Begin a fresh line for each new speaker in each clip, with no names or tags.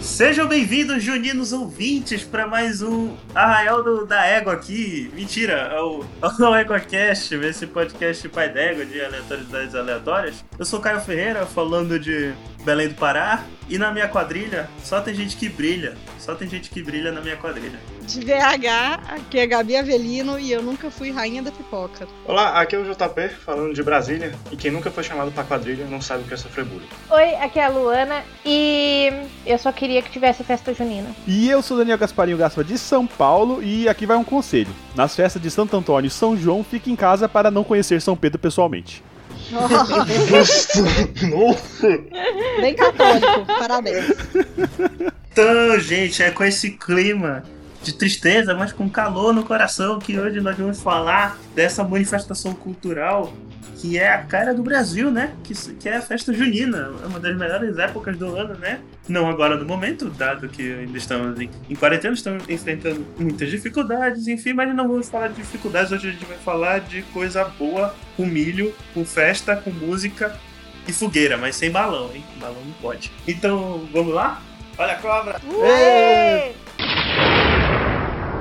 Sejam bem-vindos, juninos ouvintes, para mais um Arraial do- da Égua aqui. Mentira, é o, é o EgoCast, esse podcast pai da égua de aleatoriedades aleatórias. Eu sou Caio Ferreira, falando de Belém do Pará. E na minha quadrilha, só tem gente que brilha. Só tem gente que brilha na minha quadrilha.
De BH, aqui é Gabi Avelino e eu nunca fui rainha da pipoca.
Olá, aqui é o JP falando de Brasília e quem nunca foi chamado pra quadrilha não sabe o que é sofrer bullying.
Oi, aqui é a Luana e eu só queria que tivesse festa junina.
E eu sou Daniel Gasparinho Gaspa de São Paulo e aqui vai um conselho. Nas festas de Santo Antônio e São João, fique em casa para não conhecer São Pedro pessoalmente.
Oh, Bem católico, parabéns.
Então, gente, é com esse clima de tristeza, mas com calor no coração, que hoje nós vamos falar dessa manifestação cultural que é a cara do Brasil, né? Que, s- que é a festa junina, é uma das melhores épocas do ano, né? Não agora no momento, dado que ainda estamos em, em quarentena, estamos enfrentando muitas dificuldades, enfim, mas não vamos falar de dificuldades, hoje a gente vai falar de coisa boa, com milho, com festa, com música e fogueira, mas sem balão, hein? Balão não pode. Então, vamos lá? Olha a cobra!
Ué!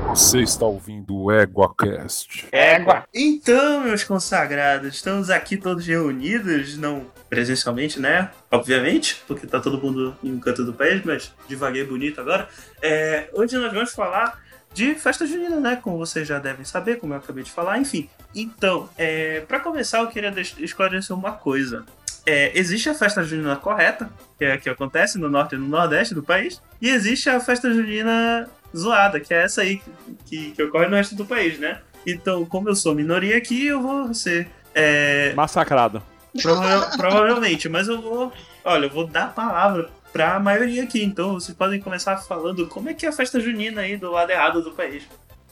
Você está ouvindo o EguaCast.
Égua!
Então, meus consagrados, estamos aqui todos reunidos, não presencialmente, né? Obviamente, porque tá todo mundo em um canto do país, mas devaguei bonito agora. É, hoje nós vamos falar de festa junina, né? Como vocês já devem saber, como eu acabei de falar, enfim. Então, é, para começar, eu queria deix- esclarecer uma coisa. É, existe a festa junina correta, que é a que acontece no norte e no nordeste do país, e existe a festa junina zoada, que é essa aí que, que ocorre no resto do país, né? Então, como eu sou minoria aqui, eu vou ser. é,
Massacrado.
prova- provavelmente, mas eu vou. Olha, eu vou dar a palavra pra maioria aqui. Então, vocês podem começar falando como é que é a festa junina aí do lado errado do país.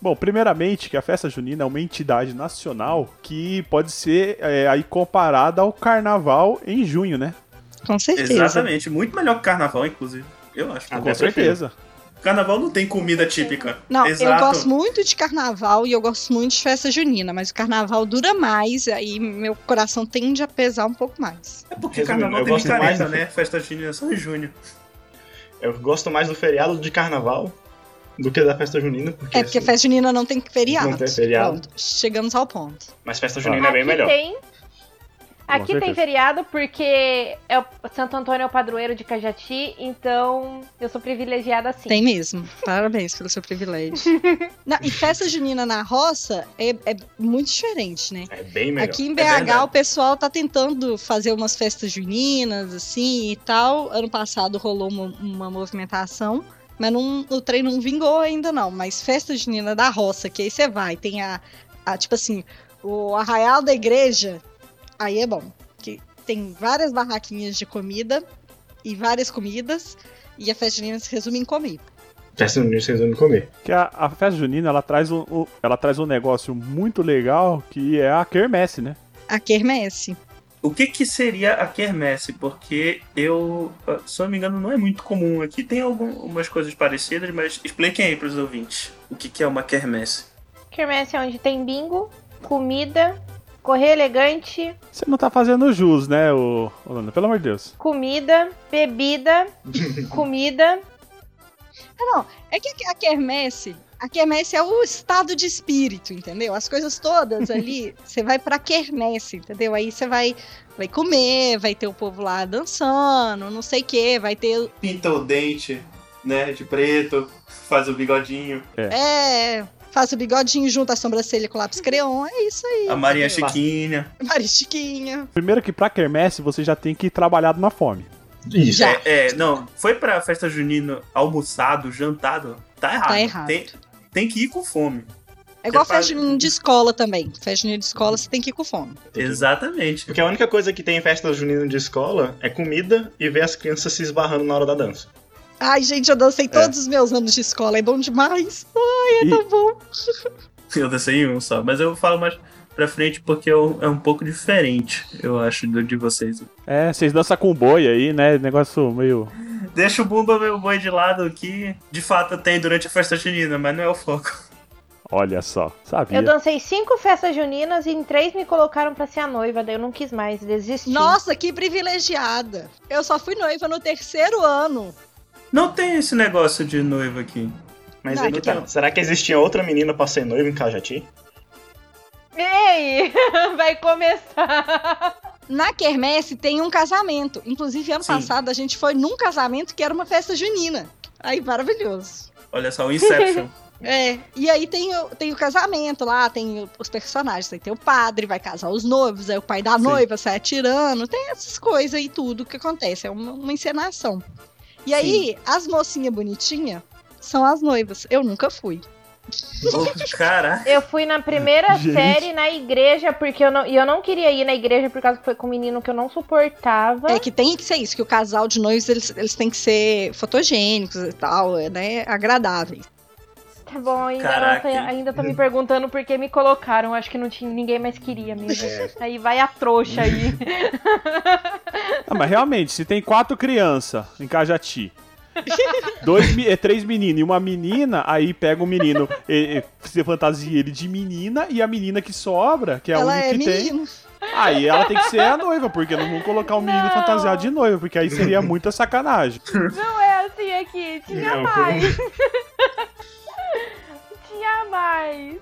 Bom, primeiramente, que a festa junina é uma entidade nacional que pode ser é, aí comparada ao carnaval em junho, né?
Com certeza.
Exatamente. Muito melhor que carnaval, inclusive. Eu acho.
Ah,
Com certeza.
Carnaval não tem comida típica.
Não, eu
Exato.
gosto muito de carnaval e eu gosto muito de festa junina, mas o carnaval dura mais, aí meu coração tende a pesar um pouco mais.
É porque
Resumindo,
carnaval
eu
tem
gosto mais
micareta,
da
né? Festa junina é só em junho.
Eu gosto mais do feriado de carnaval do que da festa junina, porque,
É porque
assim,
festa junina não tem feriado.
Não tem feriado.
Pronto, chegamos ao ponto.
mas festa junina é bem
Aqui
melhor.
Tem... Aqui tem
certeza.
feriado porque é o... Santo Antônio é o padroeiro de Cajati, então eu sou privilegiada assim.
Tem mesmo. Parabéns pelo seu privilégio. Não, e festa junina na roça é- é muito diferente, né?
É bem melhor.
Aqui em BH
verdade.
o pessoal tá tentando fazer umas festas juninas, assim e tal. Ano passado rolou uma, uma movimentação, mas não- o trem não vingou ainda não. Mas festa junina da roça, que aí você vai, tem a, a, tipo assim, o arraial da igreja, aí é bom. Que tem várias barraquinhas de comida e várias comidas. E a festa junina se resume em comer.
Festa junina vocês vão me comer.
Que a, a festa junina, ela traz, um, um- ela traz um negócio muito legal que é a quermesse, né?
A quermesse.
O que que seria a quermesse? Porque eu, se eu não me engano, não é muito comum. Aqui tem algumas coisas parecidas, mas expliquem aí pros ouvintes o que que é uma quermesse.
Quermesse é onde tem bingo, comida, correr elegante,
Você não tá fazendo jus, né, ô, ô, Lana? Pelo amor de Deus.
comida, bebida, comida.
É que a quermesse, a quermesse é o estado de espírito, entendeu? As coisas todas ali, você vai pra quermesse, entendeu? Aí você vai, vai comer, vai ter o povo lá dançando, não sei o quê, vai ter.
Pinta o dente, né, de preto, faz o bigodinho.
É. Faz o bigodinho, junta a sobrancelha com o lápis creon, é isso aí.
A Maria
entendeu?
Chiquinha.
Maria Chiquinha.
Primeiro que pra quermesse, você já tem que ir trabalhado na fome.
Isso.
Já.
É, é, não, foi pra festa junina almoçado, jantado, tá errado.
Tá errado.
Tem, tem que ir com fome.
É igual
Você faz-
festa junina de escola também. Festa junina de escola você tem que ir com fome.
Exatamente.
Porque a única coisa que tem em festa junina de escola é comida e ver as crianças se esbarrando na hora da dança.
Ai, gente, eu dancei todos os meus anos de escola, é bom demais. Ai, é
E-
tão bom.
Eu dancei um só, mas eu falo mais pra frente porque é um, é um pouco diferente, eu acho, do de vocês.
É, vocês dançam com boi aí, né? Negócio meio.
Deixa o Bumba meu boi de lado que de fato tem durante a festa junina, mas não é o foco.
Olha só, sabia?
Eu dancei cinco festas juninas e em três me colocaram pra ser a noiva, daí eu não quis mais, desisti.
Nossa, que privilegiada. Eu só fui noiva no terceiro ano.
Não tem esse negócio de noiva aqui.
Mas
Não,
aí que
aqui
tá.
não.
Será que existia outra menina pra ser noiva em Cajati?
Ei! Vai começar!
Na quermesse tem um casamento. Inclusive, ano
Sim.
passado a gente foi num casamento que era uma festa junina. Aí, maravilhoso.
Olha só, o Inception.
É, e aí tem o, tem o casamento lá, tem o- os personagens, aí tem o padre, vai casar os noivos, aí o pai da
Sim.
noiva sai atirando, tem essas coisas aí tudo que acontece, é uma, uma encenação. E aí, as mocinhas bonitinhas são as noivas. Eu nunca fui.
Oh, Caraca.
Eu fui na primeira
Gente.
série na igreja, porque eu não. E eu não queria ir na igreja por causa que foi com um menino que eu não suportava.
É que tem que ser isso, que o casal de noivos, eles, eles têm que ser fotogênicos e tal, né, agradáveis.
Tá bom, ainda,
Caraca,
nossa,
hein?
ainda tô me perguntando por que me colocaram. Acho que não tinha ninguém mais queria mesmo.
É.
Aí vai a trouxa aí.
Ah, mas realmente, se tem quatro crianças em Cajati, dois, me- eh, três meninos e uma menina, aí pega o menino, eh, eh, você fantasia ele de menina e a menina que sobra, que é a
Ela
única
é
que tem,
menina.
aí ela tem que ser a noiva, porque não vão colocar o menino
Não.
fantasiado de noiva, porque aí seria muita sacanagem.
Não é assim aqui, tinha
Não.
mais. tinha mais.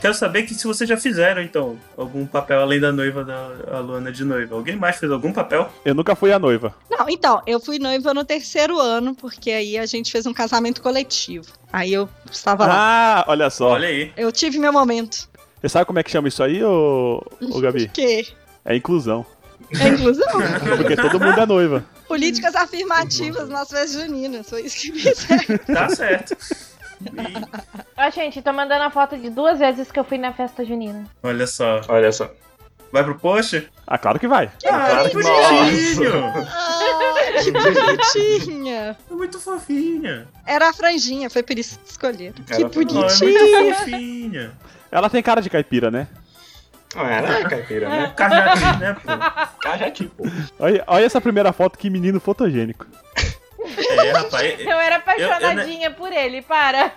Quero saber que se vocês já fizeram, então, algum papel além da noiva da a Luana de noiva. Alguém mais fez algum papel?
Eu nunca fui a noiva.
Não, então, eu fui noiva no terceiro ano, porque aí a gente fez um casamento coletivo. Aí eu estava lá.
Ah, olha só.
Olha aí.
Eu tive meu momento.
Você sabe como é que chama isso aí, ô, ô Gabi?
Porque
É inclusão.
é inclusão.
Porque todo mundo é noiva.
Políticas afirmativas nas festas juninas. Foi isso que me disseram.
Tá certo. E-
Ó, gente, tô mandando a foto de duas vezes que eu fui na festa junina.
olha só.
Olha só.
Vai pro post?
Ah, claro que vai.
É um
Ah,
Claro
que
que
bonitinho! É
Ai, que bonitinha.
Muito fofinha.
Era a franjinha, foi por isso que escolheram.
Era
Que
a franjinha.
Não, é
bonitinha.
muito fofinha.
Ela tem cara de caipira, né?
Não era caipira,
É
É.
né?
Cajati, né, pô?
Cajati, pô.
Olha, olha essa primeira foto, que menino fotogênico.
É, rapaz. eu-
Eu era
eu-
apaixonadinha por ele, para.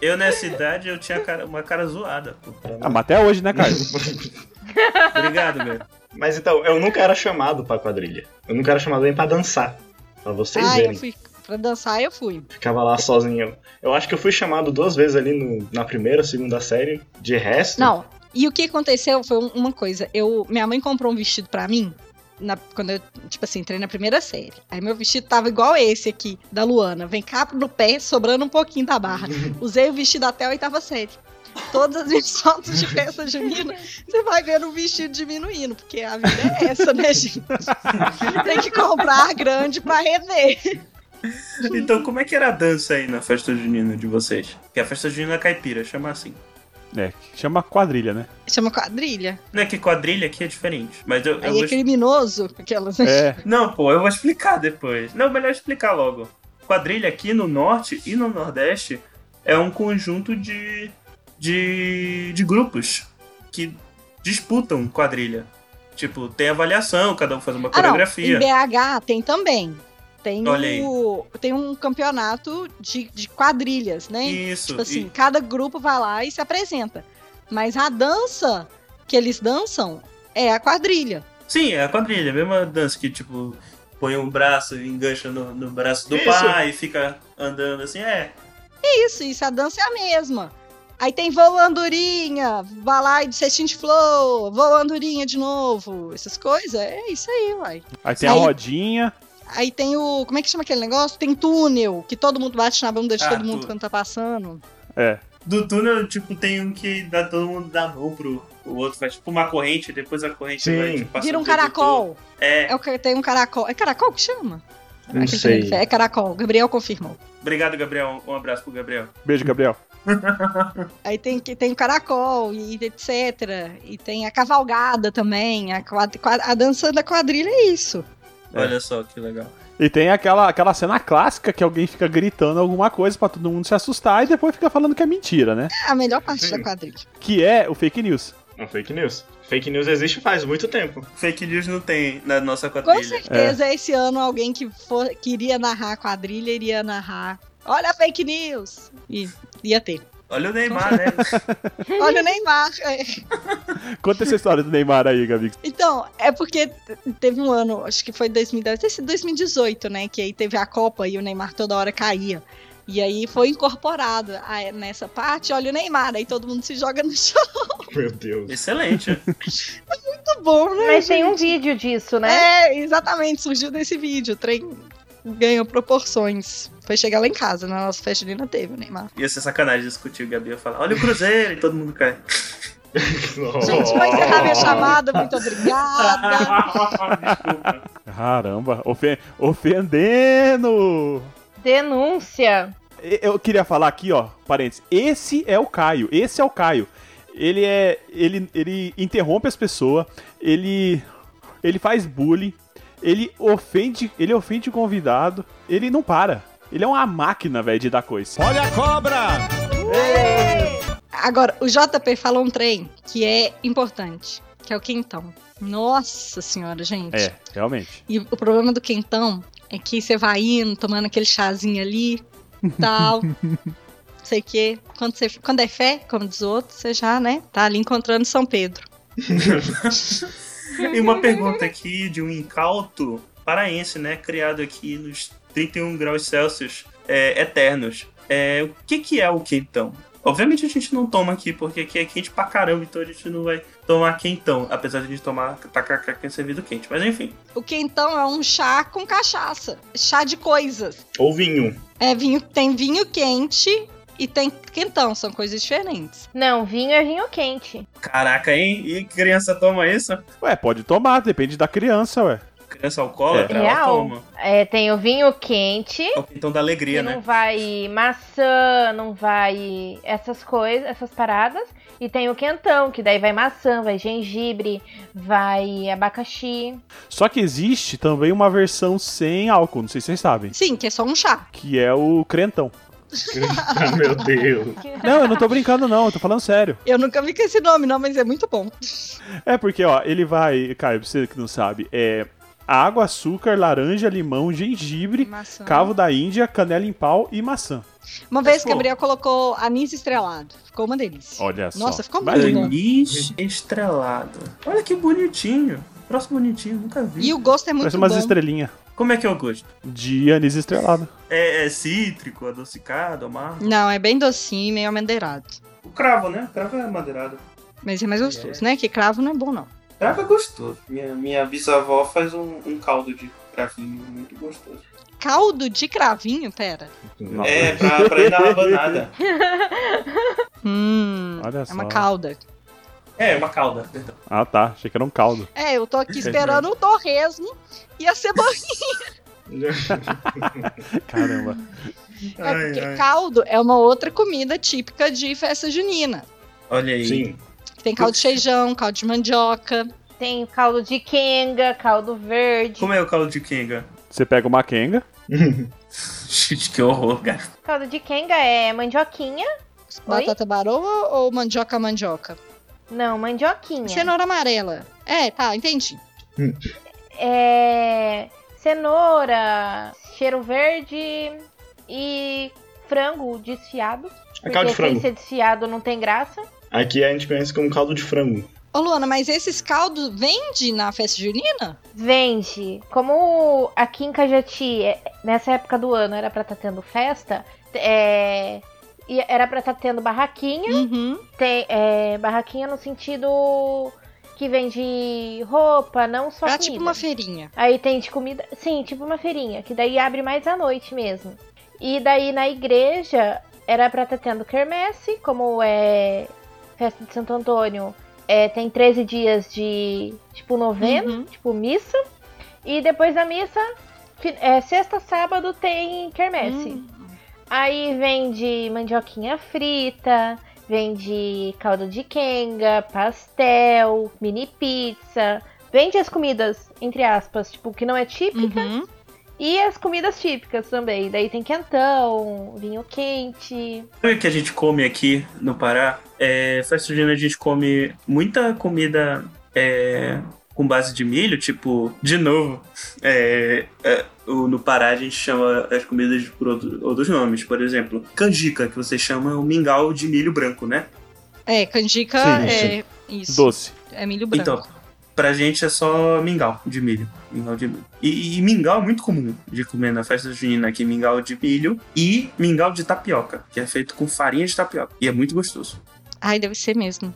Eu, nessa idade, eu tinha cara- uma cara zoada, pô.
Ah, mas até hoje, né, Caio?
Obrigado, velho.
Mas então, eu nunca era chamado pra quadrilha. Eu nunca era chamado nem pra dançar. Pra vocês
Ah, eu
verem.
fui. Pra dançar, eu fui.
Ficava lá sozinho. Eu acho que eu fui chamado duas vezes ali no- na primeira, segunda série. De resto.
Não. E o que aconteceu foi um- uma coisa. Eu, minha mãe comprou um vestido pra mim. na- quando eu, tipo assim, entrei na primeira série. Aí meu vestido tava igual esse aqui, da Luana. Vem cá no pé, sobrando um pouquinho da barra. Usei o vestido até a oitava série. Todas as minhas fotos de festa junina, você vai vendo o vestido diminuindo, porque a vida é essa, né, gente? Tem que comprar grande pra render.
Então, como é que era a dança aí na festa junina de vocês? Que a festa junina é caipira, chama assim.
É, que chama quadrilha, né?
Chama quadrilha.
Não é que quadrilha aqui é diferente. Mas eu, eu
Aí
vou
é criminoso, aquelas. né?
É.
Não, pô, eu vou explicar depois. Não, melhor explicar logo. Quadrilha aqui no norte e no nordeste é um conjunto de, de, de grupos que disputam quadrilha. Tipo, tem avaliação, cada um faz uma
Ah, não.
coreografia.
Em BH tem também. Tem,
Olha aí.
o, tem um campeonato de, de quadrilhas, né?
Isso.
tipo assim,
e-
cada grupo vai lá e se apresenta. Mas a dança que eles dançam é a quadrilha.
sim, é a quadrilha, a mesma dança que, tipo, põe um braço e engancha no, no braço do
Isso.
pai e fica andando assim, é.
É isso, isso, a dança é a mesma. Aí tem voandurinha, vai lá e de cestinho de flor, voandurinha de novo, essas coisas. É isso aí, vai.
Aí tem a
Aí-
rodinha.
Aí tem o. Como é que chama aquele negócio? Tem túnel, que todo mundo bate na bunda de
Ah,
todo mundo
tu-
quando tá passando.
É.
Do túnel, tipo, tem um que dá todo mundo dá a mão pro. O outro faz tipo uma corrente, depois a corrente
Sim.
vai tipo, passando
Vira um
pelo
caracol.
túnel. É,
É o que tem um caracol. É caracol que chama?
não
Aquele que ele
sei.
fez. É caracol. O Gabriel confirmou.
Obrigado, Gabriel. Um abraço pro Gabriel.
Beijo, Gabriel.
Aí tem que tem o caracol e etc. E tem a cavalgada também. A, quad- quad- a dança da quadrilha é isso.
É.
Olha só que legal.
E tem aquela, aquela cena clássica que alguém fica gritando alguma coisa pra todo mundo se assustar e depois fica falando que é mentira, né?
É a melhor parte
Sim.
da quadrilha.
Que é o fake news.
Não, fake news. Fake news existe faz muito tempo.
Fake news não tem na nossa
Com
quadrilha.
certeza, esse ano alguém que for, queria narrar a quadrilha iria narrar. Olha a fake news! E ia ter.
Olha o Neymar, né?
Olha o Neymar. é.
Conta essa história do Neymar aí, Gabi.
Então, é porque te- teve um ano, acho que foi 2010, deve ser 2018, né? Que aí teve a Copa e o Neymar toda hora caía. E aí foi incorporado a- nessa parte, olha o Neymar, aí todo mundo se joga no chão.
Oh, Meu Deus.
Excelente.
Muito bom, né?
Mas tem um
gente?
vídeo disso, né?
É, exatamente, surgiu desse vídeo. O trem ganhou proporções. Foi chegar lá em casa, na nossa festa junina teve o Neymar.
Ia ser sacanagem discutir o Gabi ia falar, olha o Cruzeiro e todo mundo cai.
Oh.
Gente, é vou encerrar minha chamada, muito obrigada.
Desculpa.
Caramba, ofen- ofendendo!
É. Denúncia.
E- Eu queria falar aqui, ó, parênteses. Esse é o Caio, esse é o Caio. Ele é. Ele, ele interrompe as pessoas, ele. Ele faz bullying, ele ofende, ele ofende o convidado, ele não para. Ele é uma máquina, velho, de dar coisa.
Olha a cobra!
Agora, o JP falou um trem que é importante, que é o quentão. Nossa senhora, gente.
É, realmente.
E o problema do quentão é que você vai indo, tomando aquele chazinho ali, tal, não sei o quê. Quando, você, quando é fé, como diz o outro, você já, né, tá ali encontrando São Pedro.
E uma pergunta aqui de um incauto paraense, né? Criado aqui nos 31 graus Celsius é, eternos. É, o que, que é o quentão? Obviamente a gente não toma aqui, porque aqui é quente pra caramba, então a gente não vai tomar quentão. Apesar de a gente tomar tacacá que é servido quente. Mas enfim,
O quentão é um chá com cachaça, chá de coisas.
Ou vinho.
É vinho, tem vinho quente e tem quentão, são coisas diferentes.
Não, vinho é vinho quente.
caraca, hein? E criança toma isso?
Ué, pode tomar, depende da criança, ué.
Criança alcoólatra,
É.
ela
Real.
toma.
É, tem o vinho quente,
É o quentão da
que
alegria,
não
né?
vai maçã, não vai essas coisas, essas paradas. E tem o quentão, que daí vai maçã, vai gengibre, vai abacaxi.
Só que existe também uma versão sem álcool, não sei se vocês sabem.
Sim, que é só um chá.
Que é o crentão.
Ah, meu Deus.
Não, eu não tô brincando, não, eu tô falando sério.
Eu nunca vi com esse nome, não, mas é muito bom.
É porque, ó, ele vai, Caio, pra você que não sabe, é água, açúcar, laranja, limão, gengibre,
Maçã.
cavo É da Índia, canela em pau e maçã.
Uma vez
Pô.
que Gabriel colocou anis estrelado. Ficou uma delícia.
Olha só.
Nossa, ficou
Mas-
muito bom.
Anis estrelado. Olha que bonitinho. Próximo bonitinho, nunca vi.
E o gosto é muito
Parece umas
bom.
estrelinhas
Como é que é o gosto?
de anis estrelado.
É, é cítrico, adocicado, amargo?
Não, é bem docinho e meio amadeirado.
O cravo, né? O cravo é madeirado.
Mas é mais gostoso, né? Que cravo não é bom, não.
Cravo é gostoso. Minha, minha bisavó faz um, um caldo de cravinho muito gostoso.
Caldo de cravinho, pera.
Nossa,
É, pra, pra ir na rabanada.
Hum,
Olha
é uma
só.
calda.
É, uma calda, perdão.
Ah, tá. Achei que era um caldo.
É, eu tô aqui esperando o torresmo e a cebolinha.
Caramba.
É porque caldo é uma outra comida típica de festa junina.
Olha aí.
Sim.
Tem caldo de feijão, caldo de mandioca.
Tem caldo de quenga, caldo verde,
Como é o caldo de quenga?
Você pega uma quenga,
Gente, que horror, cara.
Caldo de quenga é mandioquinha?
Batata baroa ou mandioca mandioca?
Não, mandioquinha.
Cenoura amarela. É, tá, entendi.
É. Cenoura, cheiro verde e frango desfiado.
É caldo de
porque sem
frango.
ser desfiado não tem graça.
Aqui a gente conhece como caldo de frango.
Ô, Luana, mas esses caldos vende na festa junina?
Vende. Como aqui em Cajati, é- nessa época do ano, era pra estar tendo festa, é, e era pra estar tendo barraquinha.
Uhum.
Tem, é, barraquinha no sentido que vende roupa, não só
Era
comida.
tipo uma feirinha.
Aí tem de comida. Sim, tipo uma feirinha, que daí abre mais à noite mesmo. E daí na igreja era pra estar tendo quermesse, como é festa de Santo Antônio. É, tem 13 dias de tipo novena,
Uhum.
tipo missa. E depois da missa, fi- é, sexta, sábado tem quermesse.
Hum.
Aí vende mandioquinha frita, vende caldo de quenga, pastel, mini pizza. Vende as comidas, entre aspas, tipo, que não é típica.
Uhum.
E as comidas típicas também. Daí tem quentão, vinho quente.
Sabe o que a gente come aqui no Pará? É, festa junina a gente come muita comida é, com base de milho, tipo, de novo, é, é, o- no Pará a gente chama as comidas por outro- outros nomes. Por exemplo, canjica, que você chama o mingau de milho branco, né?
É, canjica
Sim,
é isso.
Doce.
É milho branco.
Então, pra gente é só mingau de milho. Mingau de milho. E, e mingau é muito comum de comer na festa junina aqui, mingau de milho e mingau de tapioca, que é feito com farinha de tapioca. E é muito gostoso.
Ai, deve ser mesmo.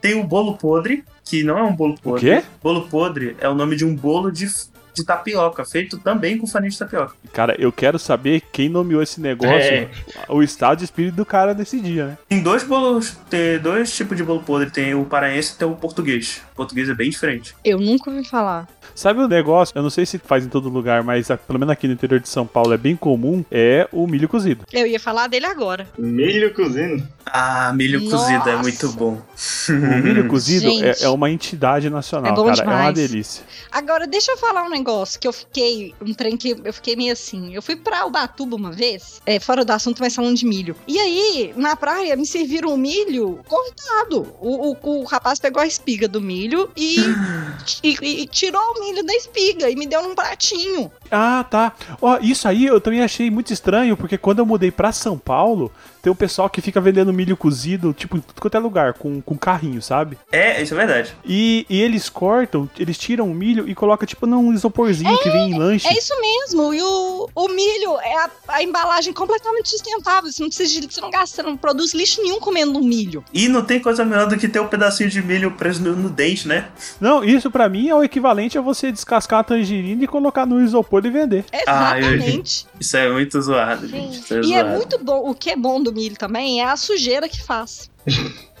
Tem o bolo podre, que não é um bolo
O
podre.
quê?
Bolo podre é o nome de um bolo de, de tapioca, feito também com farinha de tapioca.
Cara, eu quero saber quem nomeou esse negócio,
É.
o estado de espírito do cara nesse dia, né?
Tem dois bolos, tem dois tipos de bolo podre, tem o paraense e tem o português. O português é bem diferente.
Eu nunca ouvi falar.
Sabe o negócio? Eu não sei se faz em todo lugar, mas ah, pelo menos aqui no interior de São Paulo é bem comum, é o milho cozido.
Eu ia falar dele agora.
Milho cozido.
Ah, milho cozido é
Nossa.
muito bom.
O milho cozido é,
Gente.
é uma entidade nacional,
É bom
cara. É uma
demais.
delícia.
Agora, deixa eu falar um negócio que eu fiquei. Um trem que eu fiquei meio assim. Eu fui pra Ubatuba uma vez, é, fora do assunto, mas falando de milho. E aí, na praia, me serviram um milho cortado. O, o- o rapaz pegou a espiga do milho e,
Ah.
e- e tirou o milho da espiga e me deu num pratinho.
Ah, tá. Ó, isso aí eu também achei muito estranho, porque quando eu mudei pra São Paulo, tem o pessoal que fica vendendo milho cozido, tipo, em tudo quanto é lugar, com, com carrinho, sabe?
É, isso é verdade.
E, e eles cortam, eles tiram o milho e colocam, tipo, num isoporzinho que vem em lanche.
É isso mesmo. E o, o milho é a, a embalagem completamente sustentável. Você não precisa de. Você não gasta, não produz lixo nenhum comendo um milho.
E não tem coisa melhor do que ter um pedacinho de milho preso no, no dente, né?
Não, isso pra mim é o equivalente a você descascar a tangerina e colocar no isopor e vender.
Ah, eu-
Exatamente.
Isso é muito zoado,
Sim.
gente. Isso é
e é
zoado.
muito bom. O que é bom do milho também é a sujeira que faz.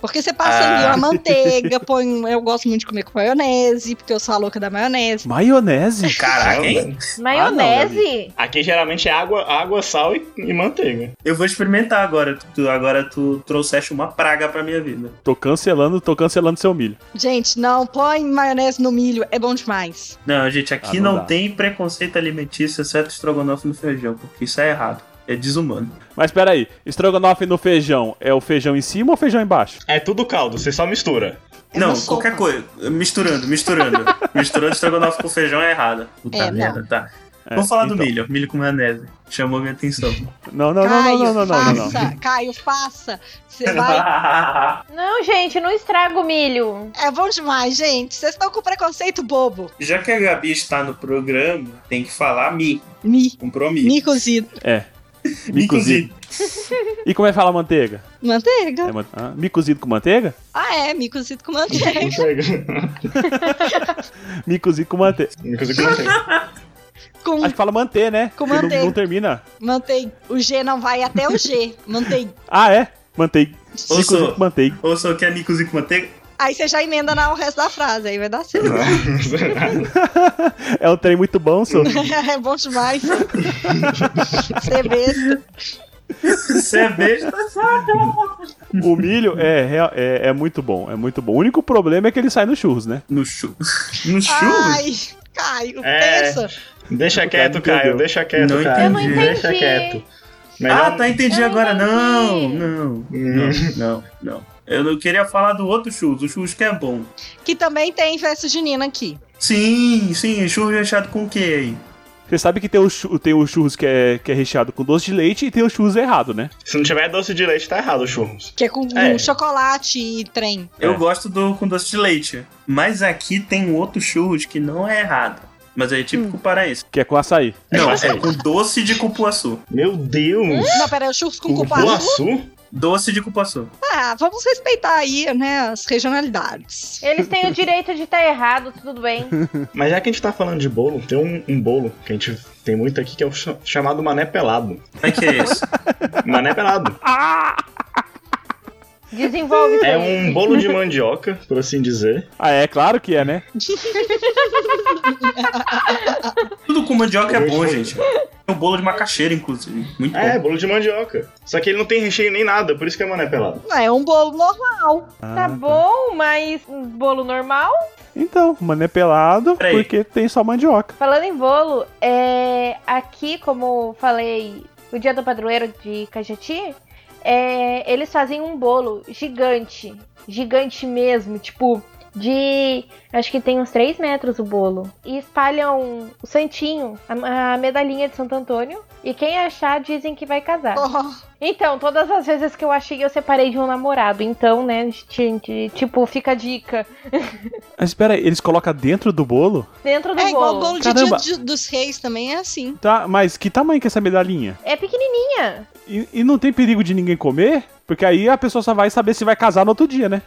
Porque você passa
Ah.
ali uma manteiga, põe. um, Eu gosto muito de comer com maionese, porque eu sou a louca da maionese.
Maionese?
Caraca, Ah, hein?
Maionese?
Aqui geralmente é água, água sal e, e manteiga.
Eu vou experimentar agora. Tu- Tu, agora tu trouxeste uma praga pra minha vida.
Tô cancelando, tô cancelando seu milho.
Gente, não, põe maionese no milho, é bom demais.
Não, gente, aqui
Ah, não
não,
dá.
tem preconceito alimentício exceto estrogonofe no feijão, porque isso é errado. É desumano.
Mas peraí, estrogonofe no feijão é o feijão em cima ou o feijão embaixo?
É tudo caldo, você só mistura.
É
não,
uma sopa.
qualquer coisa. Misturando, misturando. misturando estrogonofe com feijão é errado. Puta
É,
merda, tá.
É,
Vamos falar do
então.
milho. Milho com maionese. Chamou minha atenção.
Não, não, não,
Caio,
não, não, não, não, não,
faça.
não.
Caio, faça. Você vai.
Ah,
Não, gente, não estraga o milho.
É bom demais, gente. Vocês estão com preconceito bobo.
Já que a Gabi está no programa, tem que falar mi.
Mi.
Compromisso.
Mi cozido.
Mi cozido. E como é que fala manteiga?
Manteiga.
É man- ah, mi cozido com manteiga?
Ah, é, mi cozido com manteiga.
Manteiga.
Mi cozido com manteiga.
Inclusive manteiga.
Com
Acho que fala manter, né?
Com
Porque não-
manteiga.
Não, termina.
manteiga. O G não vai até o G. Manteiga.
Ah, é? Manteiga.
Ou
Mi cozido
sou-
com manteiga.
Ou só quer mi cozido com manteiga?
Aí você já emenda na, o resto da frase, aí vai dar certo.
É um trem muito bom, senhor.
é bom demais. Você besta.
Você é besta.
O milho é, real- é, é muito bom, é muito bom. O único problema é que ele sai no churros, né?
No chu. No churros?
Ai, Caio,
É.
pensa.
Deixa quieto,
Cara,
Caio.
entendeu?
Deixa quieto,
Não
Caio.
Eu não entendi.
Deixa quieto. Melhor...
Ah, tá, entendi
Eu
agora.
entendi.
Não, não,
Hum.
não, não. Eu não queria falar do outro churros, o churros que é bom.
Que também tem festa junina aqui.
Sim, sim, churros recheado com o que aí?
Você sabe que tem o, chu- tem o churros que é, que é recheado com doce de leite e tem o churros errado, né?
Se não tiver doce de leite, tá errado, churros.
Que é com
É.
um chocolate e trem.
Eu
É.
gosto do com doce de leite. Mas aqui tem um outro churros que não é errado. Mas é típico paraense.
Que é com açaí.
Não,
É.
é com doce de cupuaçu.
Meu
Hum,
Deus!
Não, pera, é o churros com
Com
cupuaçu.
cupuaçu?
Doce de cupuaçu.
Ah, vamos respeitar aí, né, as regionalidades.
Eles têm o direito de estar errado, tudo bem.
Mas já que a gente tá falando de bolo, tem um, um bolo que a gente tem muito aqui que é o cha- chamado mané pelado.
Como é que é isso?
Mané pelado.
Desenvolve isso
É
aí.
um bolo de mandioca, por assim dizer.
Ah, é claro que é, né?
Tudo com mandioca é bom, gente. Tem um bolo de macaxeira, inclusive. Muito bom.
É, bolo de mandioca. Só que ele não tem recheio nem nada, por isso que é mané pelado.
Não, é um bolo normal.
Tá bom, mas um bolo normal?
Então, mané pelado,
Peraí.
porque tem só mandioca.
Falando em bolo, é, aqui, como falei, o dia do padroeiro de Cajati, é, eles fazem um bolo gigante. Gigante mesmo, tipo, de. Acho que tem uns 3 metros o bolo. E espalham o santinho, a, a medalhinha de Santo Antônio. E quem achar dizem que vai casar.
Oh,
Então, todas as vezes que eu achei, eu separei de um namorado. Então, né, gente, tipo, fica a dica.
Mas espera aí, eles colocam dentro do bolo?
Dentro do
é igual o
bolo.
bolo de
Caramba.
dia de- dos reis também é assim.
Tá, mas que tamanho que é essa medalhinha?
É pequenininha.
E, e não tem perigo de ninguém comer? Porque aí a pessoa só vai saber se vai casar no outro dia, né?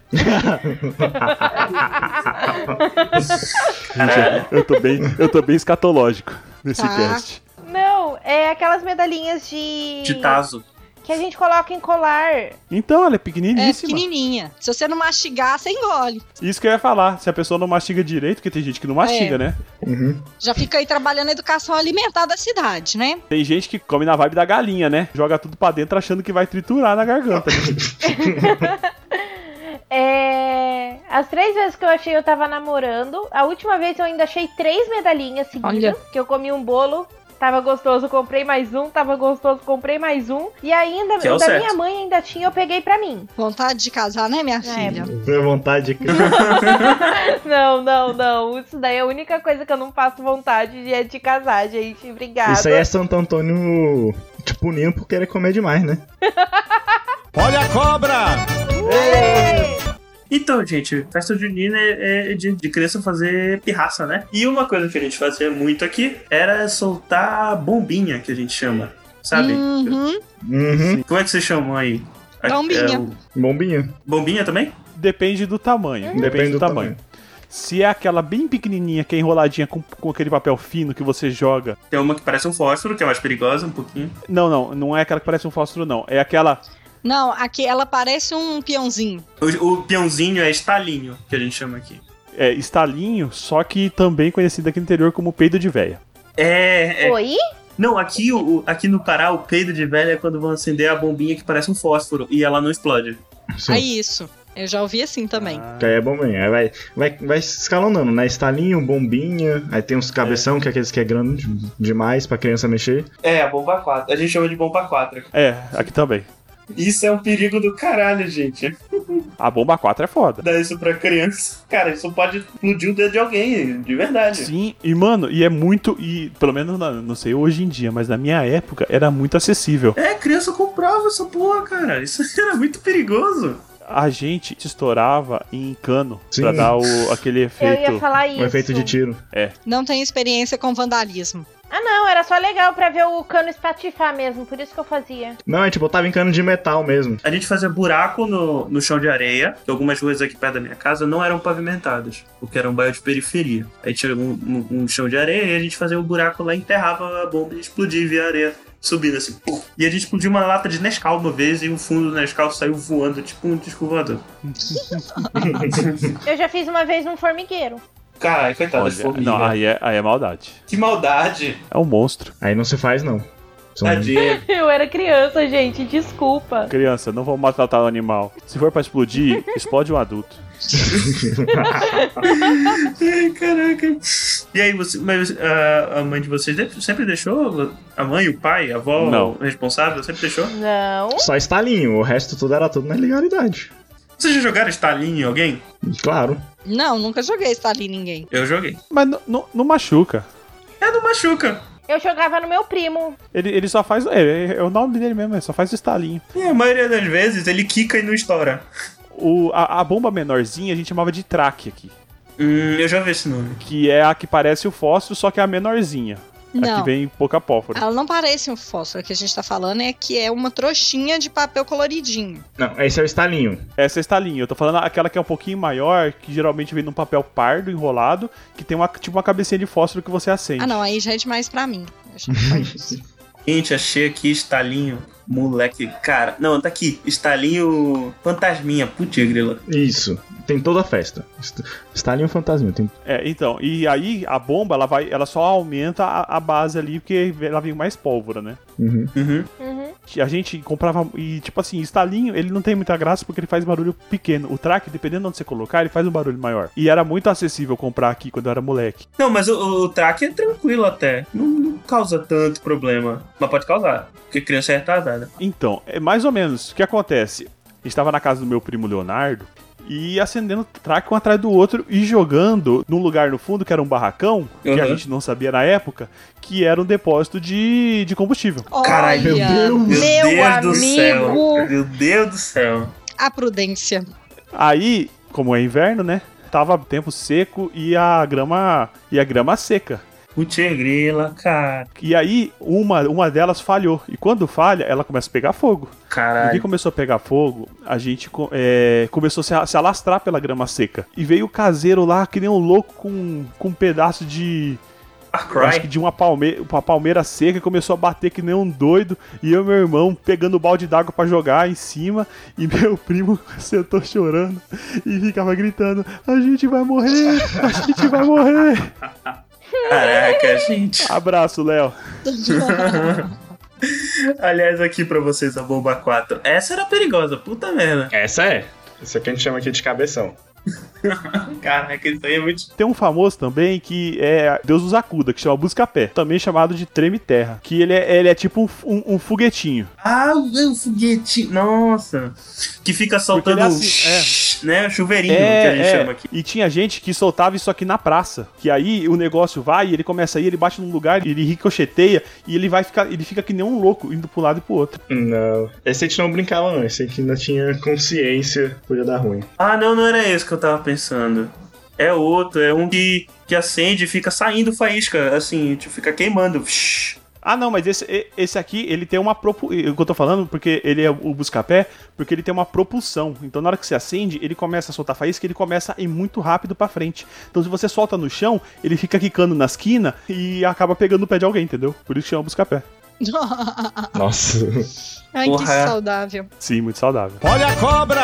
Caralho.
Eu tô bem, eu tô bem escatológico nesse
Tá.
cast.
Não, é aquelas medalhinhas de.
De Tazo.
Que a gente coloca em colar.
Então, ela é
É
pequeniníssima.
pequenininha. Se você não mastigar, você engole.
Isso que eu ia falar. Se a pessoa não mastiga direito, porque tem gente que não mastiga,
É.
né?
Uhum.
Já fica aí trabalhando a educação alimentar da cidade, né?
Tem gente que come na vibe da galinha, né? Joga tudo pra dentro achando que vai triturar na garganta.
É. As três vezes que eu achei, eu tava namorando. A última vez eu ainda achei três medalhinhas seguidas. Que eu comi um bolo. Tava gostoso, comprei mais um. Tava gostoso, comprei mais um. E ainda,
Que é o
da
certo.
minha mãe ainda tinha, eu peguei pra mim.
Vontade de casar, né, minha filha?
Minha vontade de
não, não, não. Isso daí é a única coisa que eu não faço vontade de, é de casar, gente. Obrigada.
Isso aí é Santo Antônio tipo, te punindo por querer comer demais, né?
Olha a cobra!
Então, gente, festa junina é, é de, de criança fazer pirraça, né? E uma coisa que a gente fazia muito aqui era soltar bombinha, que a gente chama. Sabe?
Uhum.
Uhum.
Como é que vocês chamam aí? A-
Bombinha.
é o-
Bombinha.
bombinha também?
Depende do tamanho. Depende, do, tamanho. Se é aquela bem pequenininha, que é enroladinha com, com aquele papel fino que você joga.
Tem uma que parece um fósforo, que é mais perigosa um pouquinho.
Não, não, não é aquela que parece um fósforo, não. É aquela.
Não, aqui ela parece um peãozinho.
O, o peãozinho é estalinho, que a gente chama aqui.
É, estalinho, só que também conhecida aqui no interior como peido de véia.
É, é.
Oi?
Não, aqui, o, o- aqui no Pará, o peido de velha é quando vão acender a bombinha que parece um fósforo e ela não explode.
Sim.
É isso. Eu já ouvi assim também.
Que aí é bombinha. Aí vai, vai, vai escalonando, né? Estalinho, bombinha. Aí tem uns cabeção, que é aqueles que é grande demais pra criança mexer.
É, a bomba 4. A gente chama de bomba 4.
É, aqui também.
Isso é um perigo do caralho, gente.
A bomba 4 é foda.
Dar isso pra criança. Cara, isso pode explodir o dedo de alguém, de verdade.
Sim, e mano, e é muito. E pelo menos na- não sei hoje em dia, mas na minha época era muito acessível.
É, criança comprava essa porra, cara. Isso era muito perigoso.
A gente estourava em cano
Sim.
pra dar o, aquele
Eu ia
efeito.
falar isso.
Um efeito de tiro.
Não tenho experiência com vandalismo.
Ah, não, era só legal pra ver o cano espatifar mesmo, por isso que eu fazia.
Não, é tipo, a gente botava em cano de metal mesmo.
A gente fazia buraco no, no chão de areia, que algumas ruas aqui perto da minha casa não eram pavimentadas, porque era um bairro de periferia. Aí tinha um, um- um chão de areia e a gente fazia um buraco lá, enterrava a bomba e explodia e via a areia subindo assim. pum. E a gente explodiu uma lata de Nescau uma vez e o fundo do Nescau saiu voando, tipo um descovador.
Eu já fiz uma vez num formigueiro.
Caralho, coitada
Olha,
de formiga.
não, aí é, aí é maldade.
Que maldade.
É um monstro.
Aí não se faz, não. São-
É
Tadinha.
Eu era criança, gente, desculpa.
Criança, não vamos maltratar o animal. Se for pra explodir, explode um adulto.
Ai, caraca. E aí, você, mas ah, a mãe de vocês de- sempre deixou? A mãe, o pai, a avó,
Não.
o responsável, sempre deixou?
Não.
Só estalinho. O resto tudo era tudo na legalidade.
Vocês já jogaram estalinho em alguém?
Claro.
Não, nunca joguei estalinho em ninguém.
Eu joguei.
Mas não- não não machuca.
É, não machuca.
Eu jogava no meu primo.
Ele, ele só faz. É, é o nome dele mesmo, ele só faz o estalinho.
E a maioria das vezes ele quica e não estoura.
O, a, a bomba menorzinha a gente chamava de traque aqui.
Hum, eu já vi esse nome.
Que é a que parece o fósforo, só que é a menorzinha. A
Não.
que vem pouca pólvora.
Ela não parece um fósforo. O que a gente tá falando é que é uma trouxinha de papel coloridinho.
Não, esse é o estalinho.
Essa é a estalinha. Eu tô falando aquela que é um pouquinho maior, que geralmente vem num papel pardo, enrolado, que tem uma, tipo uma cabecinha de fósforo que você acende.
Ah, não, aí já é demais pra mim. Eu já faço isso.
Gente, achei aqui estalinho. Moleque, cara. Não, tá aqui. Estalinho fantasminha. Putz, grila.
Isso. Tem toda a festa. Est- Estalinho fantasma. Tem...
É, então. E aí a bomba, ela vai, ela só aumenta a, a base ali, porque ela vem mais pólvora, né?
Uhum.
Uhum.
Uhum.
A gente comprava. E, tipo assim, estalinho, ele não tem muita graça porque ele faz barulho pequeno. O track, dependendo de onde você colocar, ele faz um barulho maior. E era muito acessível comprar aqui quando eu era moleque.
Não, mas o, o track é tranquilo até. Não, não causa tanto problema. Mas pode causar. Porque criança é retardada.
Então, é mais ou menos. O que acontece? Estava na casa do meu primo Leonardo. e acendendo track um atrás do outro e jogando num lugar no fundo que era um barracão, que a
Uhum.
gente não sabia na época, que era um depósito de, de combustível.
Caralho,
meu
Olha,
Deus.
Meu,
meu
Deus
amigo,
do céu. Meu Deus do céu.
a prudência.
Aí, como é inverno, né? Tava tempo seco e a grama e a grama seca.
Putia grila, cara.
E aí uma uma delas falhou e quando falha, ela começa a pegar fogo. No que
Caralho.
começou a pegar fogo, a gente co- é, começou a se, a se alastrar pela grama seca. E veio o caseiro lá, que nem um louco, com, com um pedaço de.
Far
Acho que
Cry.
de uma palmeira, uma palmeira seca, e começou a bater que nem um doido. E eu e meu irmão pegando o balde d'água pra jogar em cima. E meu primo sentou chorando e ficava gritando: A gente vai morrer! A gente vai morrer!
Caraca, gente.
Abraço, Léo.
Aliás, aqui pra vocês a bomba 4. Essa era perigosa, puta merda.
Essa é.
Isso aqui a gente chama aqui de cabeção.
Caraca, isso aí é muito.
Tem um famoso também que é Deus nos acuda, que chama Buscapé, também chamado de Treme Terra, que ele é, ele é tipo um, um- um foguetinho.
Ah, o foguete. Nossa. Que fica soltando.
Porque ele é
Né? Chuveirinho, que a gente chama aqui.
E tinha gente que soltava isso aqui na praça, que aí o negócio vai, ele começa a ir, ele bate num lugar, ele ricocheteia e ele vai ficar, ele fica que nem um louco indo pro lado e pro outro.
Não. Esse a gente não brincava, não. Esse aqui ainda tinha consciência, podia dar ruim.
Ah, não, não era esse que eu tava pensando. É outro, é um que, que acende e fica saindo faísca, assim, tipo, fica queimando. Shhh.
Ah, não, mas esse, e- esse aqui, ele tem uma propulsão. O que eu tô falando, porque ele é o buscapé, porque ele tem uma propulsão. Então, na hora que você acende, ele começa a soltar faísca, ele começa a ir muito rápido pra frente. Então, se você solta no chão, ele fica quicando na esquina e acaba pegando o pé de alguém, entendeu? Por isso chama buscapé.
Nossa.
Ai, que
Porra. é.
saudável.
Sim, muito saudável.
Olha a cobra!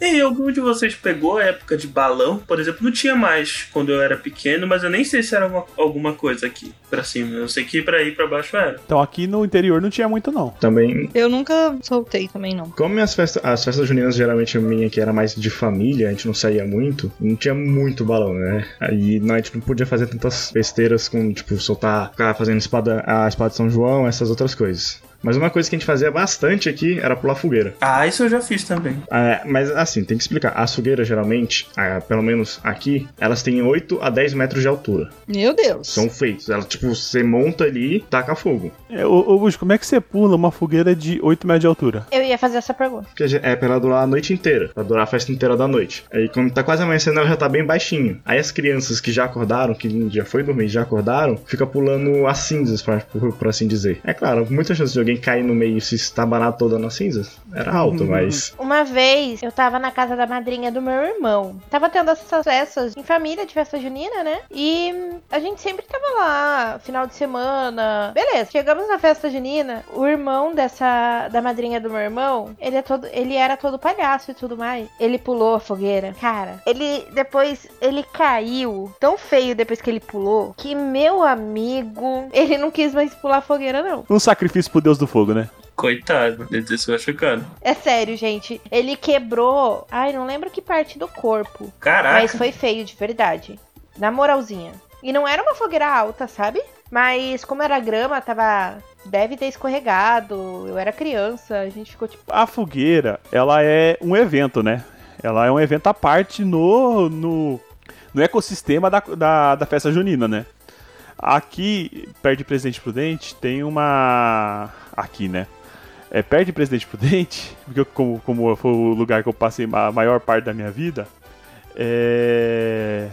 E algum de vocês pegou a época de balão? Por exemplo, não tinha mais quando eu era pequeno, mas eu nem sei se era uma- alguma coisa aqui pra cima. Eu sei que pra ir pra baixo era.
Então, aqui no interior não tinha muito, não.
Também
Eu nunca soltei também, não.
Como minhas festas, as festas juninas geralmente a minha que era mais de família, a gente não saía muito, não tinha muito balão, né? Aí não, a gente não podia fazer tantas besteiras com, tipo, soltar, ficar fazendo espada, a espada de São João, essas outras coisas. Mas uma coisa que a gente fazia bastante aqui era pular fogueira.
Ah, isso eu já fiz também.
Ah, mas assim, tem que explicar. As fogueiras, geralmente, ah, pelo menos aqui, elas têm 8 a 10 metros de altura.
Meu Deus.
Então
São feitos. Elas, tipo, você monta ali e taca fogo.
É, ô, ô Bush, como é que você pula uma fogueira de 8 metros de altura?
Eu ia fazer essa pergunta.
Porque é pra ela durar a noite inteira, pra durar a festa inteira da noite. Aí quando tá quase amanhecendo, ela já tá bem baixinho. Aí as crianças que já acordaram, que já foi dormir e já acordaram, fica pulando as cinzas, pra, por, por assim dizer. É claro, muita chance de alguém cair no meio e se estabanar toda nas cinzas. Era alto, mas.
Uma vez eu tava na casa da madrinha do meu irmão. Tava tendo essas festas em família de festa junina, né? E hum, a gente sempre tava lá, final de semana. Beleza, chegamos na festa junina. O irmão dessa da madrinha do meu irmão, ele é todo, ele era todo palhaço e tudo mais. Ele pulou a fogueira. Cara, ele depois ele caiu tão feio depois que ele pulou que meu amigo, ele não quis mais pular a fogueira não.
Um sacrifício pro Deus do Fogo, né?
Coitado, deve ter se machucado.
É sério, gente. Ele quebrou. Ai, não lembro que parte do corpo.
Caraca.
Mas foi feio, de verdade. Na moralzinha. E não era uma fogueira alta, sabe? Mas como era grama, tava. Deve ter escorregado. Eu era criança. A gente ficou tipo.
A fogueira, ela é um evento, né? Ela é um evento à parte no, no, no ecossistema da, da, da festa junina, né? Aqui, perto de Presidente Prudente, tem uma. Aqui, né? É, perto de Presidente Prudente, porque eu- como, como foi o lugar que eu passei a maior parte da minha vida, é,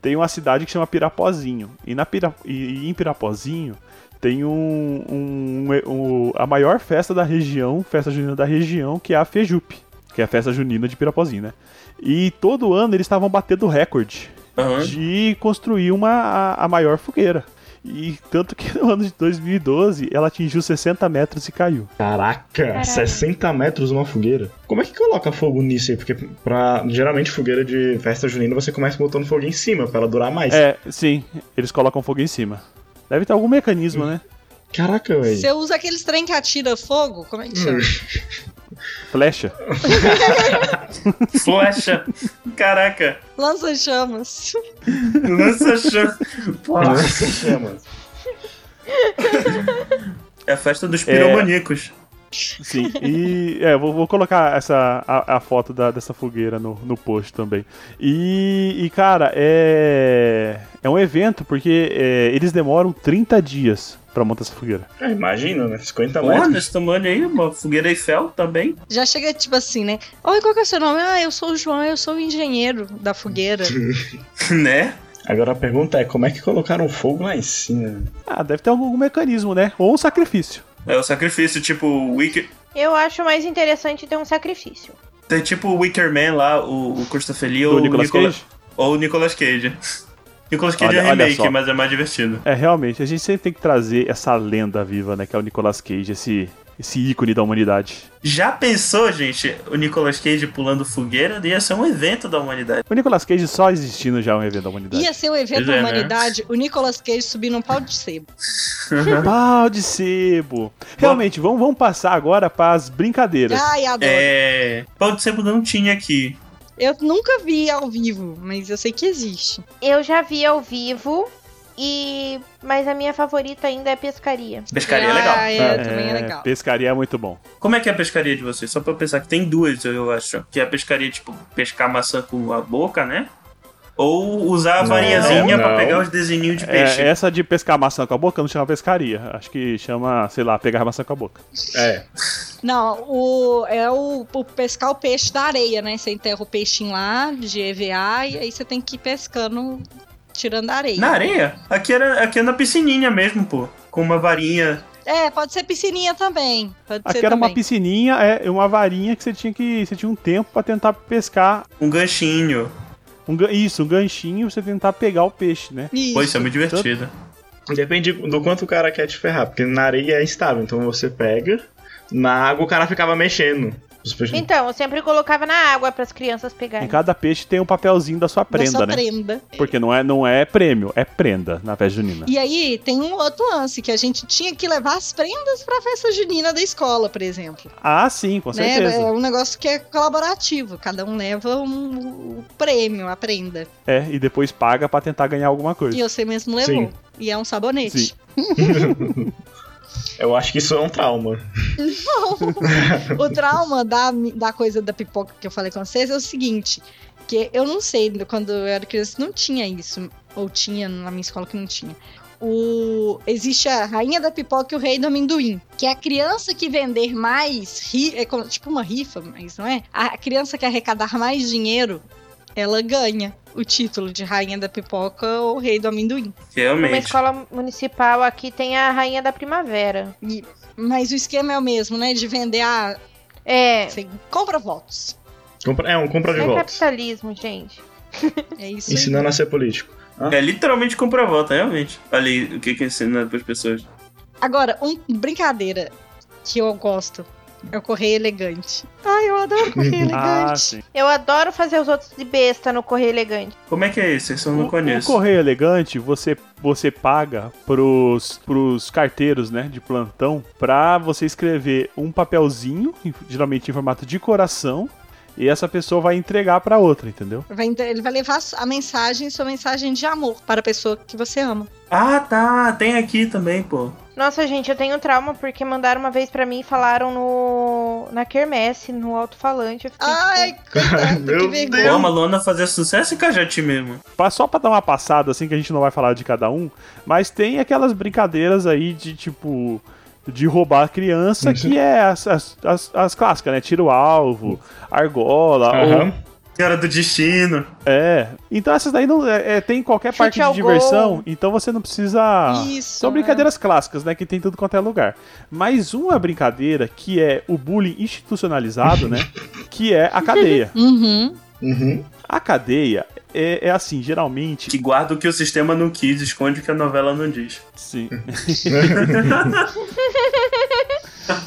tem uma cidade que chama Pirapozinho. E, na Pira, e, e em Pirapozinho tem um, um- um- a maior festa da região, festa junina da região, que é a Fejup, que é a festa junina de Pirapozinho, né? E todo ano eles estavam batendo recorde
Aham.
de construir uma, a, a maior fogueira. E tanto que no ano de 2012 ela atingiu 60 metros e caiu.
Caraca,
Caraca.
60 metros uma fogueira. Como é que coloca fogo nisso aí? Porque pra, geralmente fogueira de festa junina você começa botando fogo em cima pra ela durar mais.
É, sim, eles colocam fogo em cima. Deve ter algum mecanismo, né?
Caraca, velho.
Você usa aqueles trem que atira fogo? Como é que chama?
Hum.
Flecha.
Flecha. Caraca.
Lança chamas.
Lança chama. Pô,
Nossa, chama.
é a festa dos piromaníacos.
Sim, e é, vou, vou colocar essa, a, a foto da- dessa fogueira no, no post também. E, e, cara, é, é um evento porque é, eles demoram 30 dias pra montar essa fogueira.
Ah, imagina, né? 50
Porra,
metros.
nesse tamanho aí, uma fogueira Eiffel também.
Já chega tipo assim, né? Oi, qual que é o seu nome? Ah, eu sou o João, eu sou o engenheiro da fogueira.
Né?
Agora a pergunta é, como é que colocaram fogo lá em cima?
Ah, deve ter algum, algum mecanismo, né? Ou um sacrifício.
É o sacrifício, tipo o Wicker.
Eu acho mais interessante ter um sacrifício.
Tem tipo o Wicker Man lá, o, o Christopher Lee
Do
ou o
Nicolas
Nicola-
Cage.
Ou o Nicolas Cage. Nicolas Cage
Olha-
é
olha
remake,
só.
mas é mais divertido.
É, realmente, a gente sempre tem que trazer essa lenda viva, né? Que é o Nicolas Cage, esse, esse ícone da humanidade.
Já pensou, gente, o Nicolas Cage pulando fogueira ia ser um evento da humanidade.
O Nicolas Cage só existindo já é um evento da humanidade.
Ia ser um evento
Pois é,
da
né?
humanidade, o Nicolas Cage subindo um pau de sebo.
Pau de sebo. Realmente, vamos, vamos passar agora para as brincadeiras.
Ai, adoro.
É. Pode ser que não tinha aqui.
Eu nunca vi ao vivo, mas eu sei que existe.
Eu já vi ao vivo e mas a minha favorita ainda é pescaria.
Pescaria é
ah,
legal.
É, também é legal.
Pescaria é muito bom.
Como é que é a pescaria de vocês? Só pra eu pensar que tem duas, eu acho. Que é a pescaria, tipo, pescar maçã com a boca, né? Ou usar a
Não,
varinhazinha pra
não.
pegar os desenhinhos de
É,
peixe.
essa de pescar maçã com a boca não chama pescaria. Acho que chama, sei lá, pegar maçã com a boca.
É,
Não, o, é o, o pescar o peixe da areia, né? Você enterra o peixinho lá de EVA e aí você tem que ir pescando, tirando da
é.
areia.
Na areia? Aqui era, aqui é na piscininha mesmo, pô. Com uma varinha.
É, pode ser piscininha também. Pode
Aqui
ser
era
também.
uma piscininha, é uma varinha que você tinha que. Você tinha um tempo pra tentar pescar.
Um ganchinho.
um gan- isso, um ganchinho pra você tentar pegar o peixe, né?
Isso.
Pô, isso é muito divertido.
depende do quanto o cara quer te ferrar, porque na areia é instável, então você pega, na água o cara ficava mexendo. Os peixes-
Então, eu sempre colocava na água para as crianças
Em
pegarem.
cada peixe tem um papelzinho da sua
É. Da
prenda,
sua
né?
prenda.
Porque não é, não é prêmio, é prenda na festa junina.
E aí tem um outro lance, que a gente tinha que levar as prendas pra festa junina da escola, por exemplo.
Ah, sim, com
Né?
certeza.
É um negócio que é colaborativo, cada um leva um, o prêmio, a prenda.
É, e depois paga pra tentar ganhar alguma coisa.
E é você mesmo levou. E é um sabonete.
Sim.
Eu acho que isso é um trauma.
o trauma da, da coisa da pipoca que eu falei com vocês é o seguinte: que eu não sei, quando eu era criança não tinha isso, ou tinha na minha escola que não tinha. O, existe a rainha da pipoca e o rei do amendoim, que é a criança que vender mais, ri- é como- tipo uma rifa, mas não é? A criança que arrecadar mais dinheiro, ela ganha o título de rainha da pipoca ou rei do amendoim.
Numa
Realmente.
escola municipal aqui tem a rainha da primavera.
E- mas o esquema é o mesmo, né? De vender a.
É,
Você compra votos.
Compra- É um compra de
é
votos.
capitalismo, gente.
É isso aí.
Ensinando a ser político.
É literalmente comprar volta, realmente. Olha aí o que que ensina pras pessoas.
Agora, um brincadeira que eu gosto é o correio elegante. Ai, eu adoro correio
Ah,
elegante.
sim.
Eu adoro fazer os outros de besta no correio elegante.
Como é que é isso? Isso eu não
O-
conheço.
O Um, correio elegante, você, você paga pros, pros carteiros, né, de plantão, pra você escrever um papelzinho, em- geralmente em formato de coração, e essa pessoa vai entregar pra outra, entendeu?
Vai entre- ele vai levar a mensagem, sua mensagem de amor para a pessoa que você ama.
Ah, tá. Tem aqui também, pô.
Nossa, gente, eu tenho trauma porque mandaram uma vez pra mim e falaram no na quermesse, no alto-falante. Eu fiquei, tipo,
Ai, coitado, que
Meu
vergonha.
Pô, a Malona fazer sucesso em Cajati mesmo.
Pa- Só pra dar uma passada, assim, que a gente não vai falar de cada um, mas tem aquelas brincadeiras aí de, tipo, de roubar a criança, que é as, as, as, as clássicas, né? Tiro alvo, argola, ou
Aham.
Cara do destino.
É. Então essas daí não é, é, tem qualquer
Chute
parte
ao
de
gol.
diversão, então você não precisa.
Isso,
São brincadeiras clássicas, né, que tem em tudo quanto é lugar. Mas uma brincadeira que é o bullying institucionalizado, né, que é a cadeia.
Uhum.
Uhum.
A cadeia é, é assim, geralmente,
Que guarda o que o sistema não quis, esconde o que a novela não diz.
sim.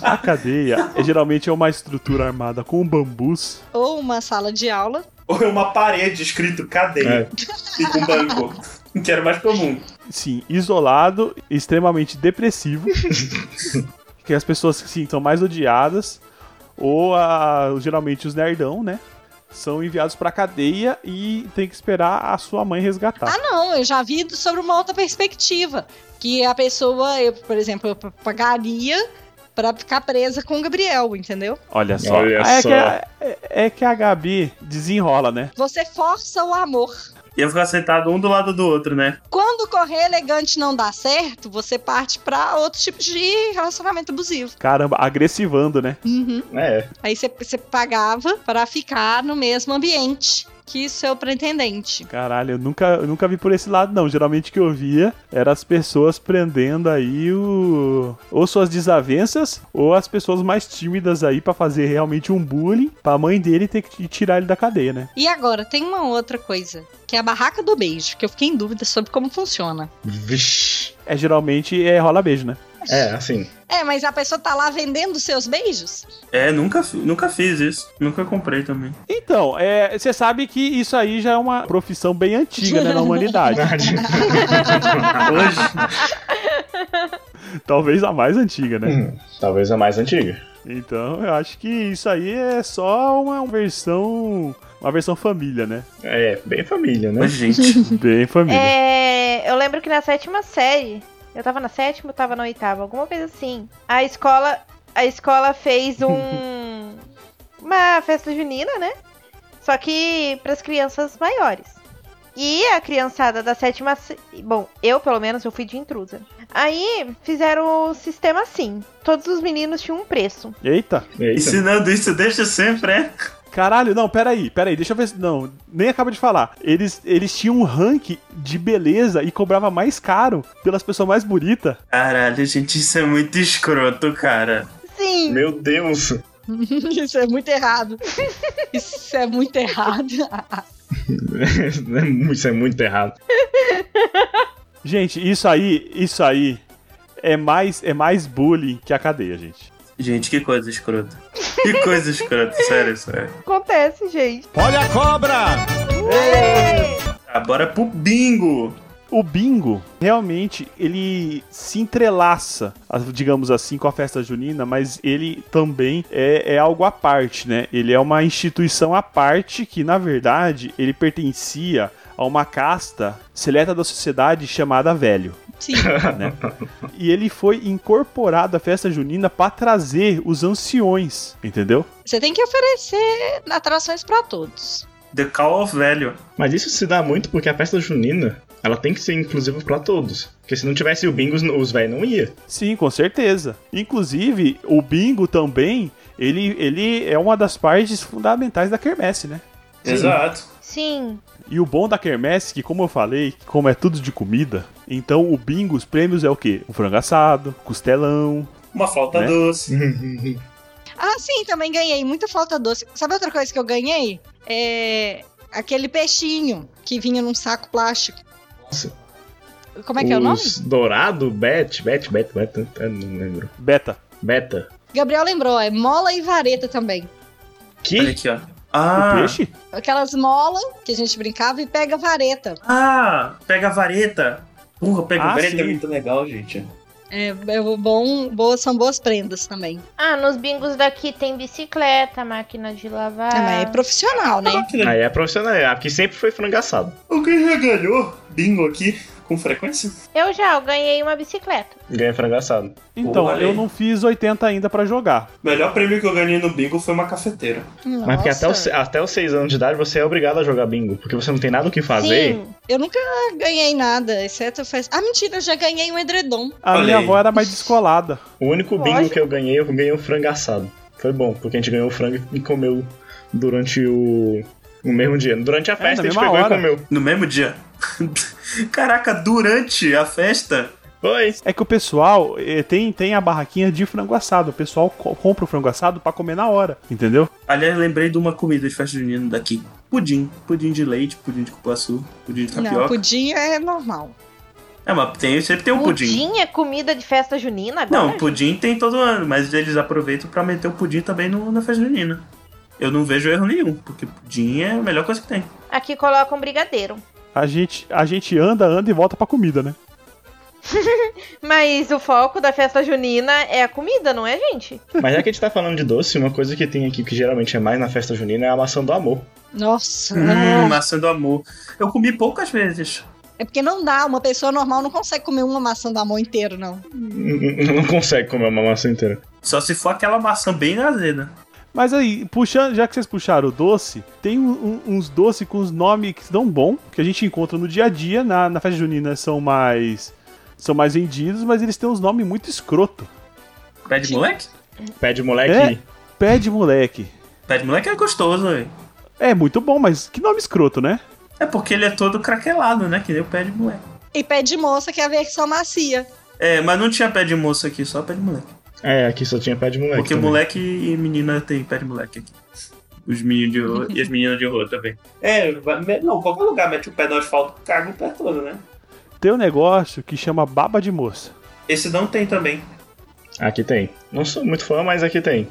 a cadeia é geralmente é uma estrutura armada com bambus
Ou uma sala de aula.
Ou é uma parede escrito cadeia e com banco. Que era o mais comum.
sim, isolado, extremamente depressivo, que as pessoas sim, são mais odiadas, ou a- geralmente os nerdão, né? São enviados pra cadeia e tem que esperar a sua mãe resgatar.
Ah, não, eu já vi é sobre uma outra perspectiva. Que a pessoa, eu, por exemplo, eu pagaria pra ficar presa com o Gabriel, entendeu?
Olha só.
Olha
Ah, é,
só.
Que a, é, é que a Gabi desenrola, né?
Você força o amor.
Ia ficar sentado um do lado do outro, né?
Quando correr elegante não dá certo, você parte pra outro tipo de relacionamento abusivo.
Caramba, agressivando, né?
Uhum.
É,
Aí você, você pagava pra ficar no mesmo ambiente que seu pretendente.
Caralho, eu nunca, eu nunca vi por esse lado, não. Geralmente o que eu via era as pessoas prendendo aí o. ou suas desavenças, ou as pessoas mais tímidas aí pra fazer realmente um bullying pra mãe dele ter que tirar ele da cadeia, né?
E agora, tem uma outra coisa, que é a barraca do beijo, que eu fiquei em dúvida sobre como funciona.
vixi.
É geralmente é rola beijo, né?
É, assim.
É, mas a pessoa tá lá vendendo seus beijos?
É, nunca, fi- nunca fiz isso. Nunca comprei também.
Então, você sabe que isso aí já é uma profissão bem antiga né, na humanidade.
Hoje,
Talvez a mais antiga, né?
Hum, Talvez a mais antiga.
Então, eu acho que isso aí é só uma versão. Uma versão família, né?
É, bem família, né?
hoje gente.
Bem família.
É, eu lembro que na sétima série, eu tava na sétima, eu tava na oitava, alguma coisa assim. A escola, a escola fez um uma festa junina, né? Só que pras crianças maiores. E a criançada da sétima, sé- bom, eu pelo menos eu fui de intrusa. Aí fizeram o sistema assim. Todos os meninos tinham um preço.
Eita!
Eita.
Ensinando isso desde sempre, é?
Caralho, não, peraí, peraí, deixa eu ver. se- Não, nem acaba de falar. Eles, eles tinham um rank de beleza e cobrava mais caro pelas pessoas mais bonitas.
Caralho, gente, isso é muito escroto, cara.
Sim.
Meu Deus.
Isso é muito errado. Isso é muito errado.
Isso é muito errado.
Gente, isso aí, isso aí é mais, é mais bullying que a cadeia, gente.
Gente, que coisa escrota. Que coisa escrota, sério, sério.
Acontece, gente.
Olha a cobra!
Tá, bora pro bingo.
O bingo, realmente, ele se entrelaça, digamos assim, com a festa junina, mas ele também é, é algo à parte, né? Ele é uma instituição à parte que, na verdade, ele pertencia a uma casta seleta da sociedade chamada velho.
Sim.
E ele foi incorporado à festa junina pra trazer os anciões, entendeu?
Você tem que oferecer atrações pra todos.
The Call of Velho.
Mas isso se dá muito porque a festa junina, ela tem que ser inclusiva pra todos. Porque se não tivesse o bingo, os- os velhos não ia.
Sim, com certeza. Inclusive, o bingo também, ele, ele é uma das partes fundamentais da quermesse, né?
Exato.
Sim.
E o bom da quermesse, que como eu falei, como é tudo de comida, então o bingo, os prêmios é o quê? O frango assado, costelão.
Uma falta
Né?
doce.
Ah, sim, também ganhei. Muita falta doce. Sabe outra coisa que eu ganhei? É aquele peixinho que vinha num saco plástico.
Nossa.
Como é que é o nome?
Os dourado, bet, bet, bet, bet, eu não lembro.
Beta.
Beta.
Gabriel lembrou, é mola e vareta também.
Olha
Que?
aqui, ó.
O
Ah,
peixe?
Aquelas molas que a gente brincava e pega vareta.
ah, pega a vareta. Porra, pega a
Ah,
vareta
sim.
é muito legal, gente.
É, é bom, boas, são boas prendas também.
Ah, nos bingos daqui tem bicicleta, máquina de lavar.
Ah, mas é profissional, né?
Aí é profissional, é, aqui sempre foi frango assado.
Alguém já ganhou bingo aqui com frequência?
Eu já eu ganhei uma bicicleta.
Ganha frango assado.
Então,
Olha aí.
eu não fiz 80 ainda pra jogar.
O melhor prêmio que eu ganhei no bingo foi uma cafeteira.
Mas porque até
Nossa.
os, até os 6 anos de idade você é obrigado a jogar bingo, porque você não tem nada o que fazer.
Sim.
Eu nunca ganhei nada, exceto festa. Ah, mentira, eu já ganhei um edredom.
A
Olha
minha
aí.
avó era mais descolada.
O único bingo
Lógico.
que eu ganhei, eu ganhei um frango assado. Foi bom, porque a gente ganhou o frango e comeu durante o. No mesmo dia. Durante
É,
a festa
na
a gente
mesma
pegou e
hora.
comeu.
No mesmo dia. Caraca, durante a festa.
Foi.
É que o pessoal eh, tem, tem a barraquinha de frango assado. O pessoal co- compra o frango assado pra comer na hora, entendeu?
Aliás, lembrei de uma comida de festa junina daqui. Pudim. Pudim de leite, pudim de cupuaçu, pudim de
Não,
tapioca.
pudim é normal.
É, mas tem, sempre tem um pudim.
Pudim é né? comida de festa junina agora?
Não, pudim tem todo ano, mas eles aproveitam pra meter o pudim também no- na festa junina. Eu não vejo erro nenhum, porque pudim é a melhor coisa que tem.
Aqui colocam brigadeiro.
A gente, a gente anda, anda e volta pra comida, né?
Mas o foco da festa junina é a comida, não é, gente?
Mas já que a gente tá falando de doce, uma coisa que tem aqui que geralmente é mais na festa junina é a maçã do amor.
Nossa.
Hum, maçã do amor. Eu comi poucas vezes.
É porque não dá, uma pessoa normal não consegue comer uma maçã da mão inteira, não.
N- n- Não consegue comer uma maçã inteira.
Só se for aquela maçã bem azeda.
Mas aí, puxando, já que vocês puxaram o doce, tem um- um- uns doces com os nomes que dão bom, que a gente encontra no dia a dia, na, na festa junina são mais são mais vendidos, mas eles têm uns nomes muito escroto.
Pé de moleque?
Pé de moleque.
É? Pé de moleque.
Pé de moleque é gostoso, velho.
É muito bom, mas que nome escroto, né?
É porque ele é todo craquelado, né? Que nem o pé de moleque.
E pé de moça, que é a versão macia.
É, mas não tinha pé de moço aqui, só pé de moleque.
É, aqui só tinha pé de moleque.
Porque
também.
moleque e menina tem pé de moleque aqui. Os meninos de rua e as meninas de rua também. É, vai- me- não, qualquer lugar mete o pé no asfalto, caga o pé todo, né?
Tem um negócio que chama baba de moça.
Esse não tem também.
Aqui tem. Não sou muito fã, mas aqui tem.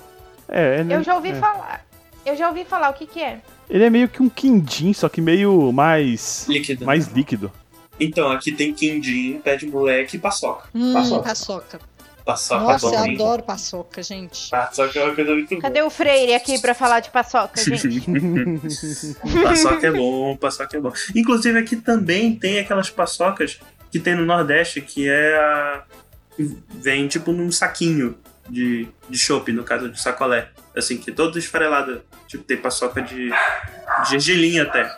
É, ele,
Eu já ouvi
é.
falar. Eu já ouvi falar o que que é.
ele é meio que um quindim, só que meio mais
Líquido. né?
mais líquido.
Então, aqui tem quindim, pé de moleque e paçoca.
Hum,
Paçoca.
paçoca.
Paçoca
Nossa, eu
bom, hein?
adoro paçoca, gente.
Paçoca é uma coisa muito boa.
Cadê o Freire aqui pra falar de paçoca, gente?
paçoca é bom, paçoca é bom. Inclusive, aqui também tem aquelas paçocas que tem no Nordeste, que é a. que vem tipo num saquinho de, de chopp, no caso de sacolé. Assim, que é todo esfarelado. Tipo, tem paçoca de, de gergelim até.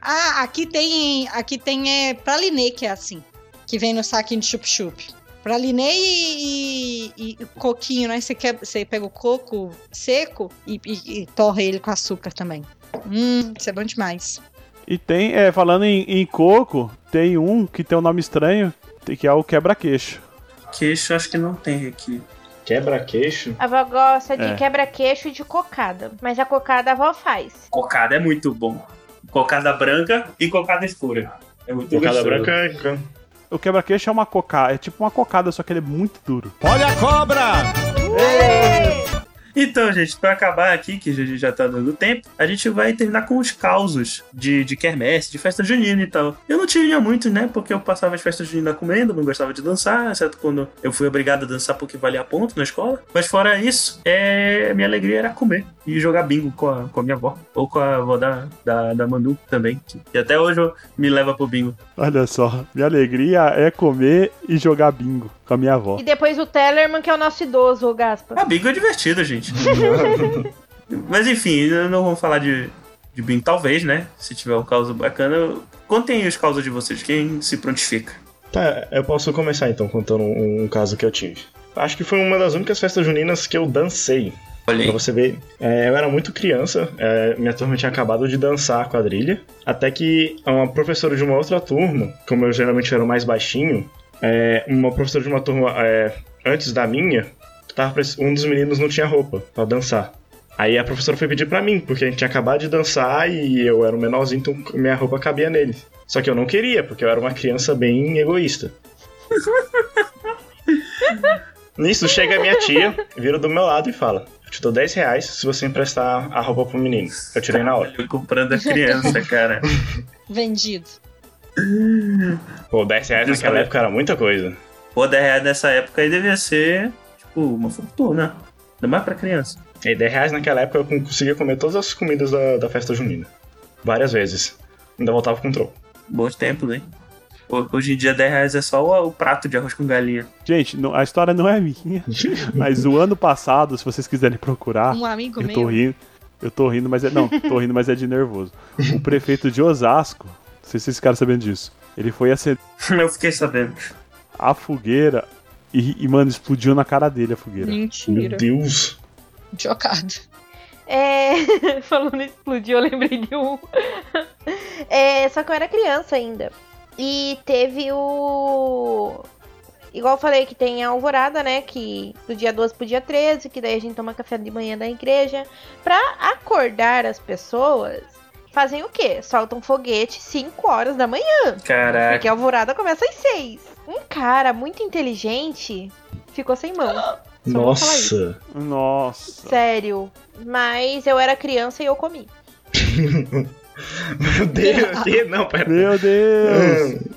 Ah, aqui tem. Aqui tem é, pralinê, que é assim. Que vem no saquinho de chup-chup. Pralinê e, e- e coquinho, né? Você quer- você pega o coco seco e, e- e torra ele com açúcar também. Hum, isso é bom demais.
E tem, é, falando em, em coco, tem um que tem um nome estranho, que é o quebra-queixo.
Queixo, acho que não tem aqui.
Quebra-queixo?
A avó gosta de
É.
quebra-queixo e de cocada. Mas a cocada a avó faz.
Cocada é muito bom. Cocada branca e cocada escura. É muito
Cocada
gostoso.
branca.
O quebra-queixo é uma cocada, é tipo uma cocada, só que ele é muito duro.
Olha a cobra!
Então, gente, pra acabar aqui, que a gente já tá dando tempo, a gente vai terminar com os causos de, de quermesse, de festa junina e tal. Eu não tinha muito, né? Porque eu passava as festas juninas comendo, não gostava de dançar, exceto quando eu fui obrigado a dançar porque valia ponto na escola. Mas fora isso, é, minha alegria era comer e jogar bingo com a, com a minha avó, ou com a avó da, da, da Mandu também, que, que até hoje eu- me leva pro bingo.
Olha só, minha alegria é comer e jogar bingo com a minha avó.
E depois o Tellerman, que é o nosso idoso, o Gaspa.
Ah, bingo é divertido, gente. Mas enfim, eu não vamos falar de, de bingo, talvez, né? Se tiver um caso bacana. Contem aí os causos de vocês, quem se prontifica.
Tá, eu posso começar então contando um, um caso que eu tive. Acho que foi uma das únicas festas juninas que eu dancei.
Olha
Pra você ver, é, eu era muito criança, é, minha turma tinha acabado de dançar a quadrilha, até que uma professora de uma outra turma, como eu geralmente era o mais baixinho, é, uma professora de uma turma é, antes da minha, tava, preci- um dos meninos não tinha roupa pra dançar. Aí a professora foi pedir pra mim, porque a gente tinha acabado de dançar e eu era o menorzinho, então minha roupa cabia nele. Só que eu não queria, porque eu era uma criança bem egoísta. Nisso chega a minha tia, vira do meu lado e fala: Eu te dou 10 reais se você emprestar a roupa pro menino. Eu tirei na hora.
Eu comprando a criança, cara.
Vendido.
Pô, 10 reais naquela época era muita coisa.
Pô, 10 reais nessa época aí devia ser, tipo, uma fortuna. Ainda mais pra criança.
E 10 reais naquela época eu con- conseguia comer todas as comidas da, da festa junina. Várias vezes. Ainda voltava com troco.
Bons tempos, hein? Ho- Hoje em dia, 10 reais é só o, o prato de arroz com galinha.
Gente, não- a história não é minha, mas o ano passado, se vocês quiserem procurar,
um amigo
Ah, eu tô
meu.
rindo, eu tô rindo, mas é não, tô rindo, mas é de nervoso. O prefeito de Osasco, não sei se vocês ficaram sabendo disso, ele foi acender
Eu fiquei sabendo.
a fogueira e, e, mano, explodiu na cara dele a fogueira.
Meu
Mentira.
Deus.
Chocado.
É. Falando em explodir, eu lembrei de um. É, só que eu era criança ainda. E teve o. Igual eu falei que tem a alvorada, né? Que do dia 12 pro dia 13, que daí a gente toma café de manhã da igreja. Pra acordar as pessoas, fazem o quê? Soltam foguete 5 horas da manhã.
Caraca.
Porque a alvorada começa às 6. Um cara muito inteligente ficou sem mão. Só vou falar isso.
Nossa.
Nossa.
Sério. Mas eu era criança e eu comi.
Meu Deus. que- Não, pera.
Meu Deus!
Hum,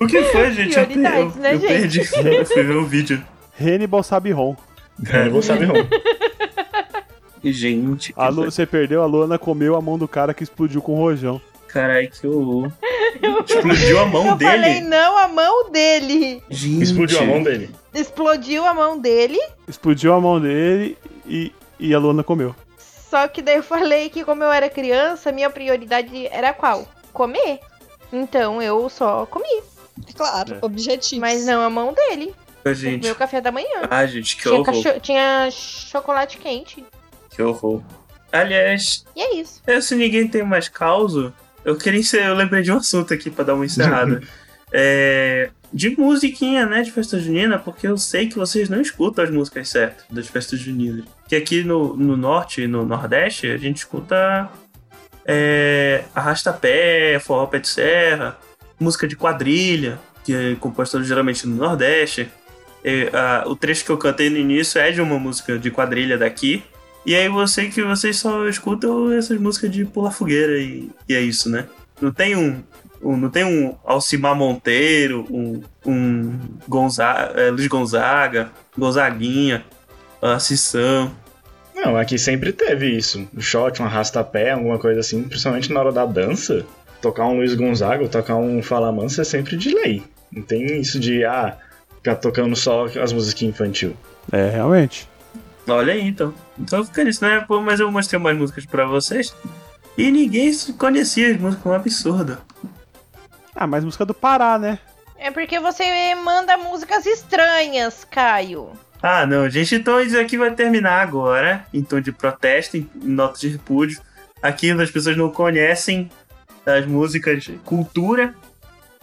O que foi, gente? Eu, per- eu,
Prioridades, né,
eu
gente?
perdi. Eu fui ver o vídeo.
Hannibal Sabiron.
Eu vou saber como.
Gente, que
A Lu, você perdeu, a Luana comeu a mão do cara que explodiu com o rojão.
Carai, que horror. Explodiu a mão
Eu
dele.
falei não a mão dele.
Gente.
Explodiu a mão dele.
Explodiu a mão dele.
Explodiu a mão dele e, e a Luana comeu.
Só que daí eu falei que como eu era criança, minha prioridade era qual? Comer. Então eu só comi.
Claro,
É.
objetivos.
Mas não a mão dele.
dele.
Meu
Gente.
café da manhã.
Ah, gente, que
Tinha,
horror.
cacho- tinha chocolate quente.
Que horror. Aliás,
E é isso.
é, se ninguém tem mais causa, eu queria encer- eu lembrei de um assunto aqui pra dar uma encerrada. É, de musiquinha, né, de festa junina, porque eu sei que vocês não escutam as músicas certas das festas juninas. Que aqui no, no norte e no nordeste a gente escuta é, arrastapé, forró pé de serra, música de quadrilha, que é composta geralmente no nordeste. É, a- o trecho que eu cantei no início é de uma música de quadrilha daqui, e aí você que vocês só escutam essas músicas de pular fogueira e, e é isso, né? Não tem um, um- não tem um Alcimar Monteiro, um, um Gonza- é, Luiz Gonzaga, Gonzaguinha, a Cissão.
Não, aqui sempre teve isso. Um shot, um arrastapé, alguma coisa assim. Principalmente na hora da dança. Tocar um Luiz Gonzaga ou tocar um Falamansa é sempre de lei. Não tem isso de, ah, ficar tocando só as musiquinhas infantil.
É, realmente.
Olha aí, então. Então fica nisso, né? Pô, mas eu mostrei mais músicas pra vocês. E ninguém conhecia as músicas, um absurdo.
Ah, mas música do Pará, né?
É porque você manda músicas estranhas, Caio.
Ah, não, gente, então isso aqui vai terminar agora, em tom de protesto, em nota de repúdio. Aqui as pessoas não conhecem as músicas cultura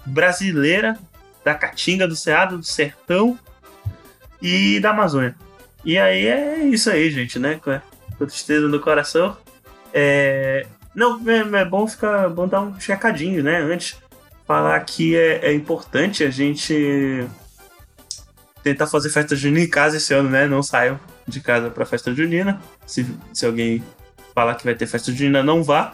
brasileira da Caatinga, do Cerrado, do Sertão e da Amazônia. E aí é isso aí, gente, né? Com com tristeza no coração. É... Não, é, é bom ficar, bom dar um checadinho, né? Antes falar que é- é importante a gente tentar fazer festa junina em casa esse ano, né? Não saiam de casa pra festa junina. Se, se alguém falar que vai ter festa junina, não vá.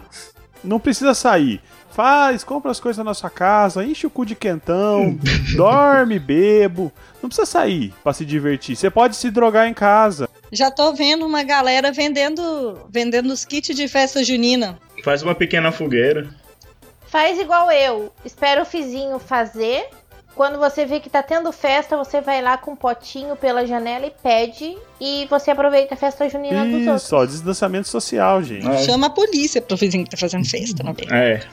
Não precisa sair. Faz, compra as coisas na sua casa, enche o cu de quentão, dorme, bebo. Não precisa sair pra se divertir. Você pode se drogar em casa.
Já tô vendo uma galera vendendo, vendendo os kits de festa junina.
Faz uma pequena fogueira.
Faz igual eu. Espera o vizinho fazer. Quando você vê que tá tendo festa, você vai lá com um potinho pela janela e pede. E você aproveita a festa junina dos outros.
Isso, ó, distanciamento social, gente.
Ah,
Chama a polícia pro vizinho que tá fazendo festa, não é?
É,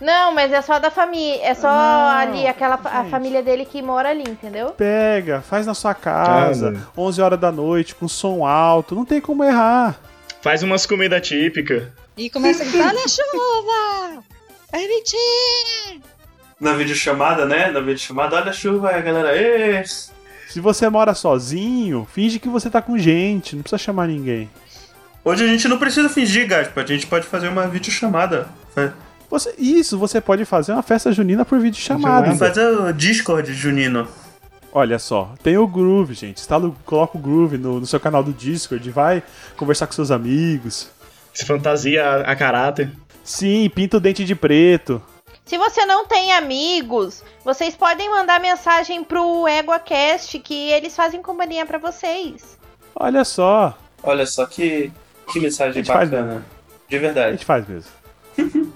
Não, mas é só da família. É só
Não,
ali, aquela fa- a
gente.
família dele que mora ali, entendeu?
Pega, faz na sua casa,
Cara.
11 horas da noite, com som alto. Não tem como errar.
faz umas comidas típicas.
E começa a gritar na chuva! É mentira!
Na videochamada, né? Na videochamada, olha a chuva, aí a galera. "Ê!"
Se você mora sozinho, finge que você tá com gente. Não precisa chamar ninguém.
Hoje a gente não precisa fingir, Gaspa. A gente pode fazer uma videochamada. Fa-
Você- isso, você pode fazer uma festa junina por vídeo
Chamada.
chamada.
Fazer o Discord junino.
Olha só, tem o Groove, gente. Instala, o- coloca o Groove no, no seu canal do Discord, vai conversar com seus amigos.
Se fantasia a, a caráter.
Sim, pinta o dente de preto.
Se você não tem amigos, vocês podem mandar mensagem pro EguaCast que eles fazem companhia pra vocês.
Olha só,
Olha só que, que mensagem
A gente faz, né?
bacana. De
a
verdade.
gente faz mesmo.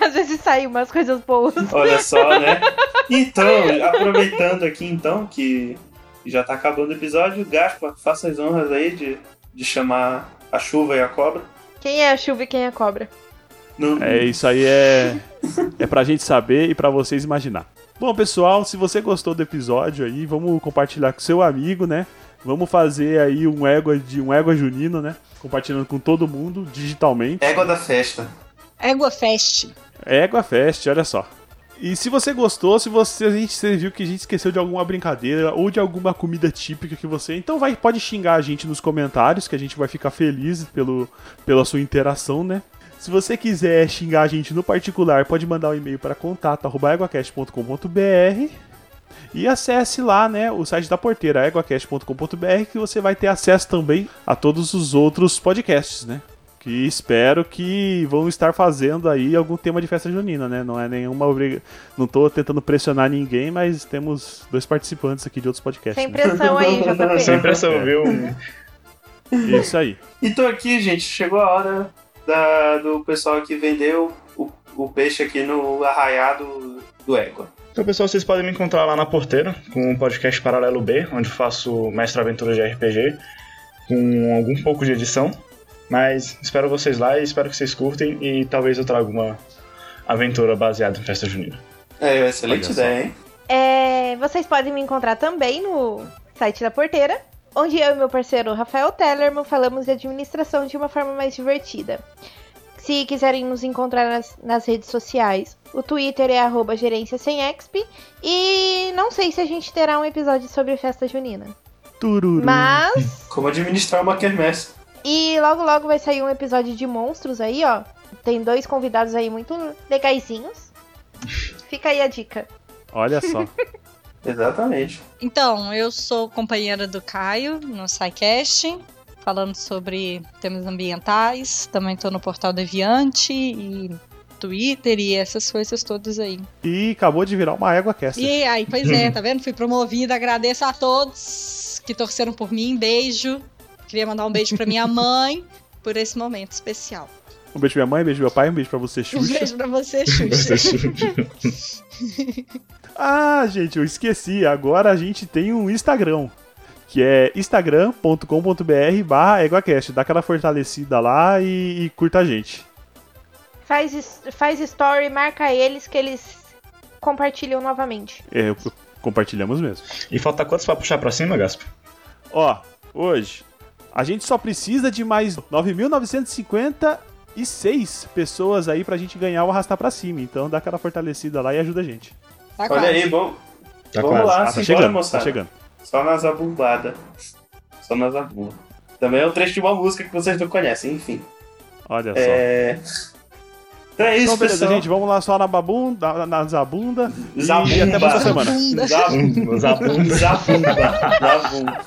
Às vezes saem umas coisas boas.
Olha só, né? Então, aproveitando aqui então que já tá acabando o episódio, Gaspa, faça as honras aí de, de chamar a chuva e a cobra.
Quem é a chuva e quem é a cobra?
Não,
É, isso aí é, é pra gente saber e pra vocês imaginar. Bom, pessoal, se você gostou do episódio aí, vamos compartilhar com seu amigo, né? Vamos fazer aí um égua de um égua junino, né? Compartilhando com todo mundo digitalmente.
Égua da festa.
Égua Fest.
Égua Fest, olha só. E se você gostou, se você a gente se viu que a gente esqueceu de alguma brincadeira ou de alguma comida típica que você, então vai pode xingar a gente nos comentários, que a gente vai ficar feliz pelo, pela sua interação, né? Se você quiser xingar a gente no particular, pode mandar um e-mail para contato@eguacast.com.br e acesse lá, né, o site da porteira eguacast.com.br que você vai ter acesso também a todos os outros podcasts, né? Que espero que vão estar fazendo aí algum tema de festa junina, né? Não é nenhuma obriga... Não tô tentando pressionar ninguém, mas temos dois participantes aqui de outros podcasts.
Sem
Né?
pressão aí, JP.
Sem pressão, é viu?
Isso aí.
Então aqui, gente, chegou a hora da- do pessoal que vendeu o o peixe aqui no arraiado do Égua.
Então, pessoal, vocês podem me encontrar lá na Porteira, com o podcast Paralelo B, onde eu faço mestre aventura de RPG, com algum pouco de edição. Mas espero vocês lá e espero que vocês curtem e talvez eu traga uma aventura baseada em festa junina.
É, excelente
Olha só.
ideia, hein?
É, vocês podem me encontrar também no site da Porteira, onde eu e meu parceiro Rafael Tellerman falamos de administração de uma forma mais divertida. Se quiserem nos encontrar nas, nas redes sociais, o Twitter é arroba gerência sem exp e não sei se a gente terá um episódio sobre festa junina.
Tururu.
Mas
Como administrar uma quermesse.
E logo logo vai sair um episódio de monstros aí, ó. Tem dois convidados aí muito legaisinhos. Fica aí a dica.
Olha só.
Exatamente.
Então, eu sou companheira do Caio no SciCast, falando sobre temas ambientais. Também tô no portal Deviante e Twitter e essas coisas todas aí.
E acabou de virar uma égua cast.
E aí, pois é, tá vendo? Fui promovida. Agradeço a todos que torceram por mim. Beijo. Queria mandar um beijo pra minha mãe por esse momento especial.
Um beijo pra minha mãe, um beijo pro meu pai, um beijo pra você,
Um
Xuxa.
beijo pra você, Xuxa.
Ah, gente, eu esqueci. Agora a gente tem um Instagram. Que é instagram.com.br barra EguaCast. Dá aquela fortalecida lá e, e curta a gente.
Faz, es- faz story, marca eles que eles compartilham novamente.
É, p- compartilhamos mesmo.
e falta quantos pra puxar pra cima, Gaspo?
Ó, hoje a gente só precisa de mais 9.956 pessoas aí pra gente ganhar o arrastar pra cima. Então dá aquela fortalecida lá e ajuda a gente.
Tá
Olha
quase.
aí, bom.
Tá
Vamos
quase.
lá. Ah,
tá
simbora,
chegando, tá
moçada.
chegando.
Só nas abumbadas. Só nas abumba. Também é um trecho de uma música que vocês não conhecem, enfim.
Olha só.
É. Então é isso,
Então, beleza,
pessoal.
gente. Vamos lá só na babunda, na, na zabunda.
Zabumba.
E até a próxima semana.
Tá Bunda.
Zabumba.
Zabumba.
Zabumba. Zabumba.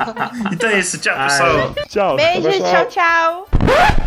Então é isso. Tchau, pessoal.
Tchau.
Beijo,
pessoal.
tchau, tchau.